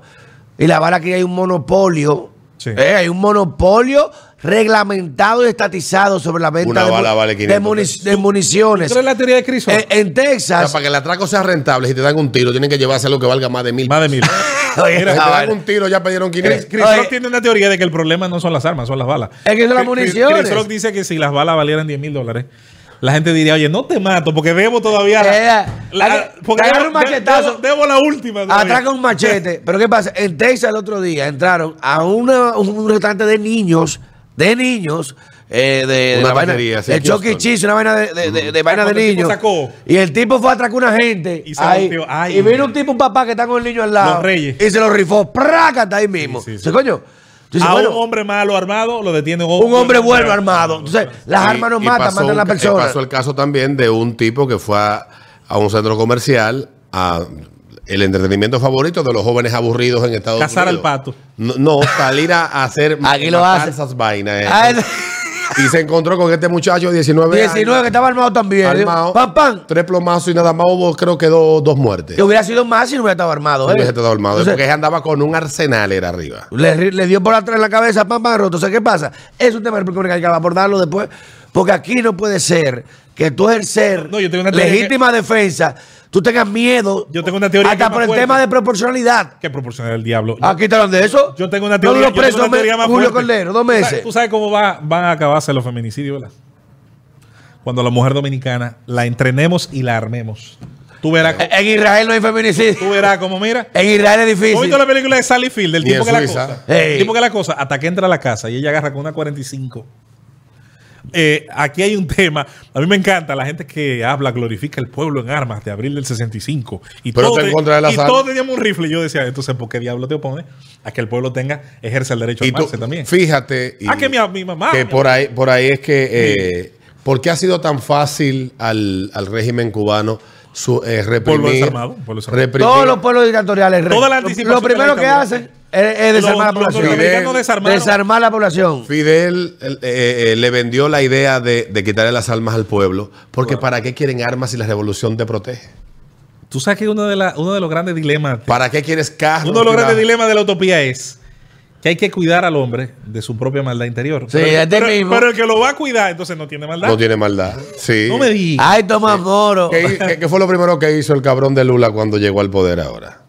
E: Y la bala que hay un monopolio.
F: Sí.
E: Eh, hay un monopolio reglamentado y estatizado sobre la venta
D: Una
E: de,
D: bala vale
E: de
D: 500
E: munici- de municiones.
F: ¿Cuál es la teoría de Cristo?
E: Eh, en
D: O sea,
E: Texas.
D: para que el atraco sea rentable, si te dan un tiro, tienen que llevarse algo que valga más de mil.
F: Más de mil.
E: Oye,
D: Si te
E: esa
D: dan
E: vaina.
D: un tiro, ya pidieron 500.
E: Eh,
F: Chris
E: Oye.
F: Rock tiene una teoría de que el problema no son las armas, son las balas.
E: Es que son las
F: Chris- Chris-
E: municiones.
F: Chris Rock dice que si las balas valieran 10 mil dólares, la gente diría, oye, no te mato porque debo todavía. la-
E: Eh,
F: la-
E: hay que-
F: porque
E: te agarra
F: debo,
E: un machetazo.
F: debo- debo la última. todavía.
E: Atraca un machete. Pero ¿qué pasa? En Texas el otro día entraron a una- un restaurante de niños, de niños, eh, de,
D: Una
E: de la vaina-
D: taquería, sí,
E: de
D: en
E: Chuck E.
D: Houston.
E: Cheese, una vaina de, de- de- de vaina de
F: Cuando el tipo
E: niños.
F: sacó.
E: Y el tipo fue a atracar a una gente.
F: Y se
E: ahí,
F: volteó. Ay.
E: y vino un tipo, un papá que está con el niño al lado.
F: Los Reyes.
E: Y se lo rifó. ¡Prácata! Ahí mismo.
F: Sí, sí, sí.
E: Entonces, coño. tú dices,
F: A un
E: bueno,
F: hombre malo armado lo detiene
E: un hombre bueno armado. Entonces, las armas no
D: Y- y
E: matan,
D: pasó
E: matan a
D: un
E: la
D: ca-
E: persona.
D: Pasó el caso también de un tipo que fue a, a un centro comercial a el entretenimiento favorito de los jóvenes aburridos en Estados
F: Cazar al
D: Unidos.
F: pato.
D: No, no, salir a a hacer
E: Aquí lo
D: matar
E: hace.
D: esas vainas. eh.
E: Ah, el-
D: Y se encontró con este muchacho de 19,
E: 19 que
D: años.
E: estaba armado también.
D: Armado,
E: Pam, pam.
D: Tres plomazos y nada más hubo, creo que dos, dos muertes.
E: Que hubiera sido más si no hubiera estado armado.
D: Un
E: ¿eh?
D: objeto de armado,
E: Entonces,
D: porque andaba con un arsenal era arriba.
E: Le, le dio por atrás en la cabeza, pam, pam, roto. O sea, ¿qué pasa? Es un tema del República Dominicana, hay que abordarlo después. Porque aquí no puede ser que tú ejercer
F: No, yo tengo una teoría
E: legítima defensa, tú tengas miedo.
F: Yo tengo una teoría
E: Hasta
F: que es
E: por
F: más
E: el
F: fuerte.
E: tema de proporcionalidad.
F: Que proporcionar el diablo.
E: Aquí te hablan de eso.
F: Yo tengo una
E: No duró
F: teoría, yo tengo
E: preso
F: una
E: un mes,
F: teoría más
E: Julio
F: fuerte.
E: Cordero, dos
F: Tú sabes-
E: meses.
F: ¿Tú sabes cómo va- van a acabarse los feminicidios, verdad? Cuando la mujer dominicana la entrenemos y la armemos. Tú verás, cómo-
E: En Israel no hay
F: tú
E: feminicidio.
F: verás como, mira.
E: En Israel es
F: ¿Has
E: difícil.
F: visto la película de Sally Field? Del
D: Ni
F: tipo
D: en
F: que la
D: Suiza.
F: cosa.
E: Ey.
F: El tipo que la cosa. Hasta que entra a la casa y ella agarra con una 45. Eh, aquí hay un tema. A mí me encanta la gente que habla, glorifica el pueblo en armas de abril del 65. Y
D: Pero está en
F: te-
D: contra de las
F: y
D: armas.
F: todos teníamos un rifle. Y yo decía, entonces, ¿por qué diablo te opones a que el pueblo tenga, ejerza el derecho a
D: Y tú,
F: armarse también?
D: fíjate. y-
F: Ah, que mi, mi mamá.
D: que
F: mi-
D: por ahí, por ahí es que eh, ¿por qué ha sido tan fácil al, al régimen cubano su, eh, reprimir,
F: Pueblo desarmado, pueblo desarmado.
D: reprimir-
E: Todos los pueblos dictatoriales.
F: Toda la
E: lo-
F: anticipación
E: lo primero
F: de
E: que
F: la
E: hacen es, es desarmar a la
F: Los- los
E: población.
F: norteamericanos desarmaron.
E: Desarmar la población.
D: Fidel eh, eh, eh, le vendió la idea de, de quitarle las armas al pueblo, porque ¿para qué quieren armas si la revolución te protege?
F: Tú sabes que uno de, la- uno de los grandes dilemas
D: ¿Para qué quieres carros?
F: Uno de los
D: si la-
F: grandes dilemas de la utopía es que hay que cuidar al hombre de su propia maldad interior.
E: Sí,
F: pero,
E: es de
F: pero-
E: mismo.
F: pero el que lo va a cuidar, entonces no tiene maldad.
D: No
F: No,
D: tiene maldad. Sí.
F: me digas.
E: Ay, toma moro.
D: ¿Qué, qué- qué fue lo primero que hizo el cabrón de Lula cuando llegó al poder ahora?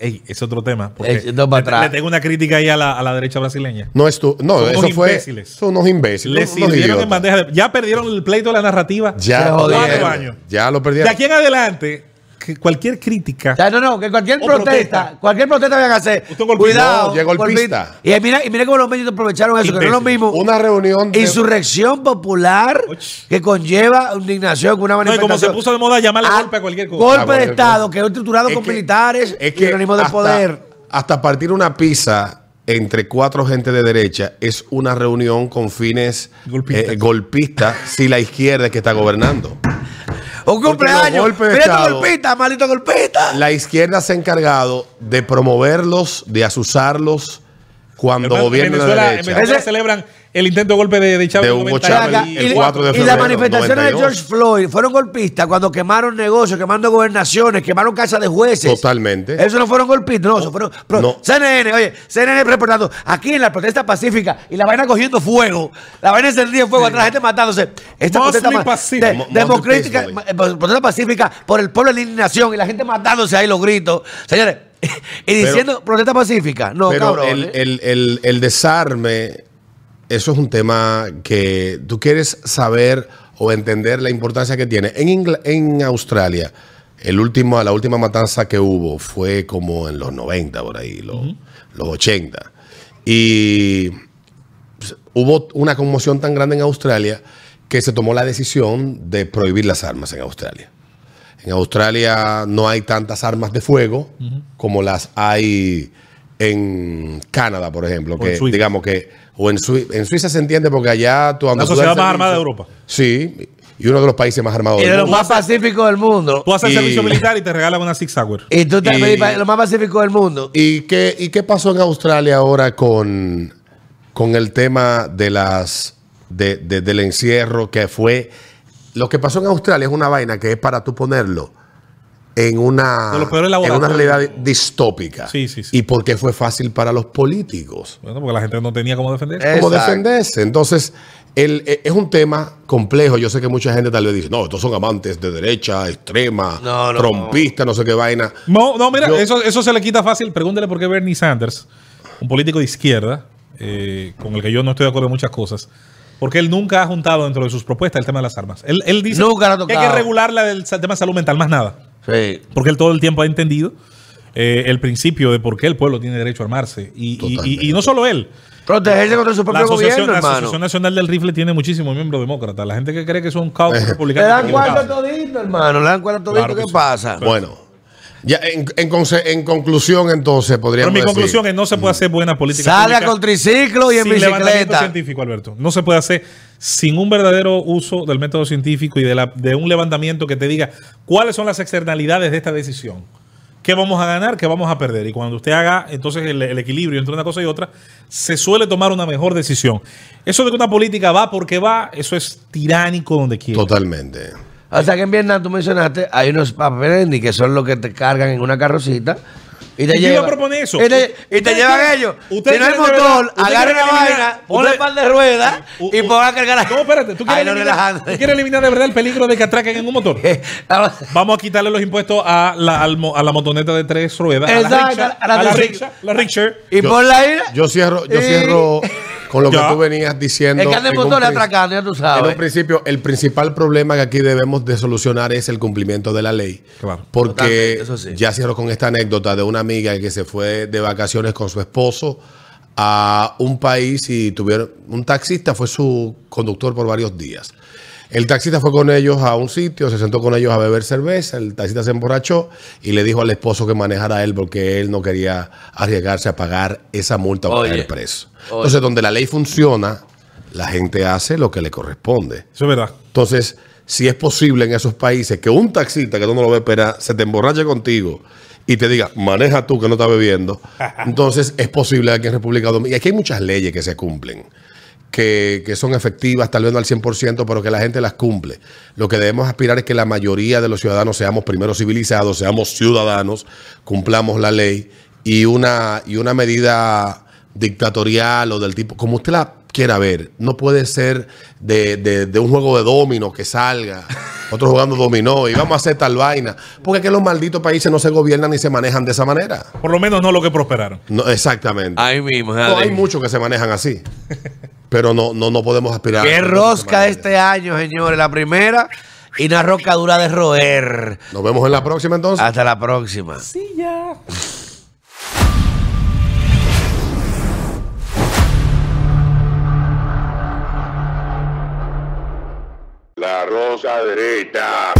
F: Ey, es otro tema. porque
E: Eh, dos para
F: le-
E: atrás.
F: Le tengo una crítica ahí a la, a la derecha brasileña.
D: No, estu no
F: Son
D: eso
F: unos
D: fue.
F: imbéciles.
D: Son unos imbéciles.
F: Le
D: unos- unos
F: sirvieron en
D: idiotas.
F: bandeja de- Ya perdieron el pleito de la narrativa.
D: Ya,
E: Se
D: lo
E: jodieron.
D: perdieron.
F: Cuatro años.
D: Ya lo
F: De
D: perdieron.
F: aquí en adelante, que cualquier crítica.
E: O sea, no, no, que cualquier
F: O
E: protesta,
F: protesta.
E: cualquier protesta vayan a hacer.
F: Usted golpista.
E: Cuidado.
D: No, llegó el
E: golpista.
D: pista.
E: Y mira, y mira cómo los medios aprovecharon eso, que no es lo
F: Imbéciles.
E: mismo.
D: Una reunión. de-
E: Insurrección popular
F: Och.
E: que conlleva indignación con una
F: No, y
E: manifestación.
F: como se puso de moda llamarle
E: Ah,
F: golpe a cualquier cosa.
E: Golpe de
D: cualquier
E: Estado
D: cosa.
E: que es estructurado
D: Es
E: con
D: que-
E: militares
D: es
E: y organismos de
D: hasta-
E: poder.
D: hasta partir una pizza entre cuatro gente de derecha es una reunión con fines
F: Golpistas.
D: eh, golpistas si la izquierda es que está gobernando.
E: Un
D: los
E: cumpleaños.
D: golpes de
E: Mira tu
D: Estado-
E: golpista, maldito golpista.
D: La izquierda se ha encargado de promoverlos, de asusarlos cuando
F: Hermano, en
D: gobierna la
F: Venezuela, en
D: derecha.
F: Venezuela
E: Ese-
F: celebran el intento de golpe de, de Chávez.
D: De
F: en
D: Hugo
F: 90
D: Chávez,
F: y-
D: el
E: y,
F: y-
D: 4 de
E: y las
D: febrero,
E: manifestaciones de
D: 92.
E: George Floyd fueron golpistas cuando quemaron negocios, quemando gobernaciones, quemaron casas de jueces.
D: Totalmente.
E: Eso no fueron golpistas, no, eso fueron. pero-
D: No.
E: CNN, oye, CNN reportando aquí en la protesta pacífica y la vaena cogiendo fuego, la vaina encendida en fuego, atrás la gente matándose. Esta
F: Muslim
E: protesta ma-
F: Pacific.
E: de-
D: Mo- Muslim
E: democrática,
D: Peaceful.
E: ma- eh, protesta pacífica por el pueblo de la indignación y la gente matándose ahí los gritos. Señores, y diciendo protesta pacífica. No,
D: Pero
E: cabrón.
D: el,
E: ¿eh?
D: el- el- el desarme, eso es un tema que tú quieres saber o entender la importancia que tiene. En, Ingl- en Australia, el último, la última matanza que hubo fue como en los 90, por ahí, los, los 80. Y pues, hubo una conmoción tan grande en Australia que se tomó la decisión de prohibir las armas en Australia. En Australia no hay tantas armas de fuego como las hay en Canadá, por ejemplo, que
F: en Suiza.
D: digamos que o en, Sui- en Suiza se entiende porque allá tú andas- tú
F: sociedad
D: das
F: más armada de
D: servicio.
F: Europa.
D: Sí, y uno de los países más armados
E: Y
D: del
E: de los
D: mundo.
E: más pacíficos del mundo.
F: Tú haces el
D: Y-
F: servicio militar y te regalan una Six Hour.
E: Y tú te
D: Y-
E: lo más pacífico del mundo.
D: ¿Y qué, ¿Y qué pasó en Australia ahora con, con el tema de las de- de- del encierro que fue lo que pasó en Australia es una vaina que es para tú ponerlo en una,
F: De los peores
D: en una
F: laboratorios.
D: realidad distópica.
F: Sí, sí, sí.
D: Y porque fue fácil para los políticos
F: Bueno, porque la gente no tenía cómo defender.
E: Eh,
D: como
E: Exacto.
D: defenderse. Entonces, el- e- es un tema complejo. Yo sé que mucha gente tal vez dice, no, estos son amantes de derecha, extrema,
E: No, no,
D: trompista, no sé qué vaina.
F: No, no, mira,
D: Yo-
F: eso, eso se le quita fácil. Pregúntele por qué Bernie Sanders, un político de izquierda, eh, con el que yo no estoy de acuerdo en muchas cosas, porque él nunca ha juntado dentro de sus propuestas el tema de las armas. Él, él dice
E: Nunca lo ha
F: que hay que
E: tocado.
F: regular la del sa- tema de salud mental, más nada.
E: Sí.
F: Porque él todo el tiempo ha entendido eh, el principio de por qué el pueblo tiene derecho a armarse. Y, y-
D: Totalmente.
F: y- y no solo él.
E: Protegerse contra su
F: La
E: propio
F: Asociación,
E: gobierno,
F: la
E: hermano.
F: Asociación Nacional del Rifle tiene muchísimos miembros demócratas. La gente que cree que son caos
E: Le
F: republicanos.
E: Eh, dan
F: está
E: cuarto
F: equivocada.
E: todito, hermano. Le dan cuarto todito.
F: Claro que
E: ¿Qué
F: sí.
E: pasa?
D: Bueno, ya en, en conse- en conclusión, entonces
F: Pero
D: podríamos.
F: mi
E: pues
D: decir-
F: conclusión es no se puede hacer buena política.
E: Salga
F: pública
E: con triciclo y en
F: sin levantamiento
E: bicicleta.
F: científico, Alberto. No se puede hacer sin un verdadero uso del método científico y de, la- de un levantamiento que te diga cuáles son las externalidades de esta decisión. ¿Qué vamos a ganar? ¿Qué vamos a perder? Y cuando usted haga entonces el, el equilibrio entre una cosa y otra, se suele tomar una mejor decisión. Eso de que una política va porque va, eso es tiránico donde quiera.
D: Totalmente.
E: O sea que en Vietnam, tú mencionaste, hay unos paperendi que son los que te cargan en una carrocita. Y te
F: Yo
E: llevan.
F: iba a proponer eso.
E: Y te, y te
F: Ustedes
E: llevan
F: quieren-
E: ellos.
F: ustedes
E: Si no hay
F: quieren de
E: motor,
F: verdad- ustedes
E: agarra
F: quieren
E: una
F: eliminar-
E: vaina,
F: ponle-
E: un par de ruedas
F: U-
E: y
F: u-
E: pongan a cargar. a-
F: No, espérate, tú
E: Ay,
F: quieres,
E: no
F: eliminar,
E: relajando.
F: tú quieres eliminar de verdad el peligro de que atraquen en un motor. Vamos a quitarle los impuestos a la, al mo- a la motoneta de tres ruedas.
E: Exacto,
F: a la rickshaw, a la
E: trici-
F: rickshaw, la rickshaw.
E: y
D: Yo-
E: ponla ahí.
D: Yo cierro, yo
E: Y-
D: cierro con lo que
F: Ya.
D: tú venías diciendo.
E: El que anda en
D: en un
E: motor le eh.
D: prin-
E: atracando, ya tú
D: En
E: sabes.
D: un principio, el principal problema que aquí debemos de solucionar es el cumplimiento de la ley.
F: Claro.
D: Porque
E: Totalmente, eso sí.
D: ya cierro con esta anécdota de una amiga que se fue de vacaciones con su esposo a un país y tuvieron un taxista, fue su conductor por varios días. El taxista fue con ellos a un sitio, se sentó con ellos a beber cerveza, el taxista se emborrachó y le dijo al esposo que manejara él porque él no quería arriesgarse a pagar esa multa o
E: Oye.
D: caer preso. Entonces, donde la ley funciona, la gente hace lo que le corresponde.
F: Eso es verdad.
D: Entonces, si es posible en esos países que un taxista que tú no lo ves esperar se te emborrache contigo y te diga, maneja tú que no estás bebiendo, entonces es posible aquí en República Dominicana. Y aquí hay muchas leyes que se cumplen, que, que son efectivas, tal vez no al 100%, pero que la gente las cumple. Lo que debemos aspirar es que la mayoría de los ciudadanos seamos primero civilizados, seamos ciudadanos, cumplamos la ley y una, y una medida dictatorial o del tipo, como usted la quiera ver, no puede ser de, de- de un juego de dominos que salga, otro jugando dominó y vamos a hacer tal vaina, porque es que los malditos países no se gobiernan ni se manejan de esa manera.
F: Por lo menos no lo que prosperaron.
D: No, exactamente.
E: Ahí mismo.
D: No, hay muchos que se manejan así, pero no, no, no podemos aspirar. a
E: Qué
D: que no se
E: rosca
D: manejen.
E: este año, señores. La primera y una roca dura de roer.
D: Nos vemos en la próxima entonces.
E: Hasta la próxima.
A: La rosa derecha.